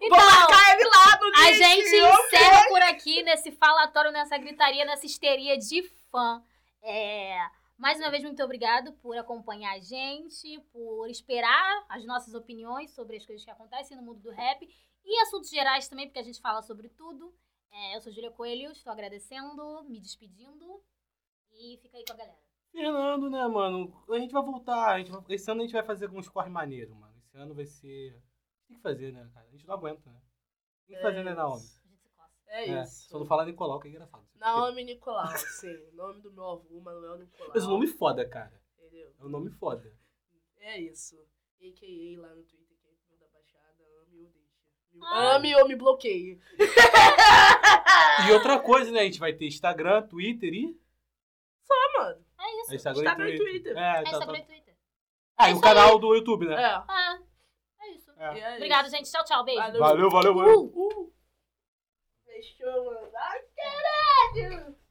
S3: Vou
S1: Então,
S3: marcar ele lá no
S1: a
S3: link.
S1: gente
S3: Eu-
S1: encerra por aqui nesse falatório, nessa gritaria, nessa histeria de fã. É, Mais uma vez, muito obrigado por acompanhar a gente, por esperar as nossas opiniões sobre as coisas que acontecem no mundo do rap e assuntos gerais também, porque a gente fala sobre tudo. É, eu sou Júlia Coelho, estou agradecendo, me despedindo e fica aí com a galera.
S2: Fernando, né, mano? A gente vai voltar. A gente vai... Esse ano a gente vai fazer alguns corre maneiro, mano. Esse ano vai ser. Tem que fazer, né, cara? A gente não aguenta, né? Tem que fazer, né, Naomi?
S1: A gente se coça.
S3: É
S2: É,
S3: isso.
S2: Só não falar Nicolau, que é engraçado.
S3: Naomi Nicolau, sim. Nome do meu avô, Manuel Nicolau.
S2: Mas o nome foda, cara.
S3: Entendeu?
S2: É um nome foda.
S3: É isso. A.K.A. lá no Twitter, que é o da Baixada. Ame ou deixa.
S1: Ah.
S3: Ame ou me bloqueie.
S2: E outra coisa, né? A gente vai ter Instagram, Twitter e.
S3: Ah, mano.
S1: É isso.
S2: Instagram,
S3: Instagram e Twitter.
S2: É,
S1: É
S2: tá,
S1: Instagram
S2: tá.
S1: e Twitter.
S2: Ah, e o canal do YouTube, né?
S3: É.
S1: Ah, é isso.
S2: É.
S3: e é
S1: Obrigado,
S3: isso.
S1: gente. Tchau, tchau. Beijo.
S3: Valeu.
S2: Valeu, valeu, valeu.
S3: Uh, uh. Fechou, mano. Ai, caralho.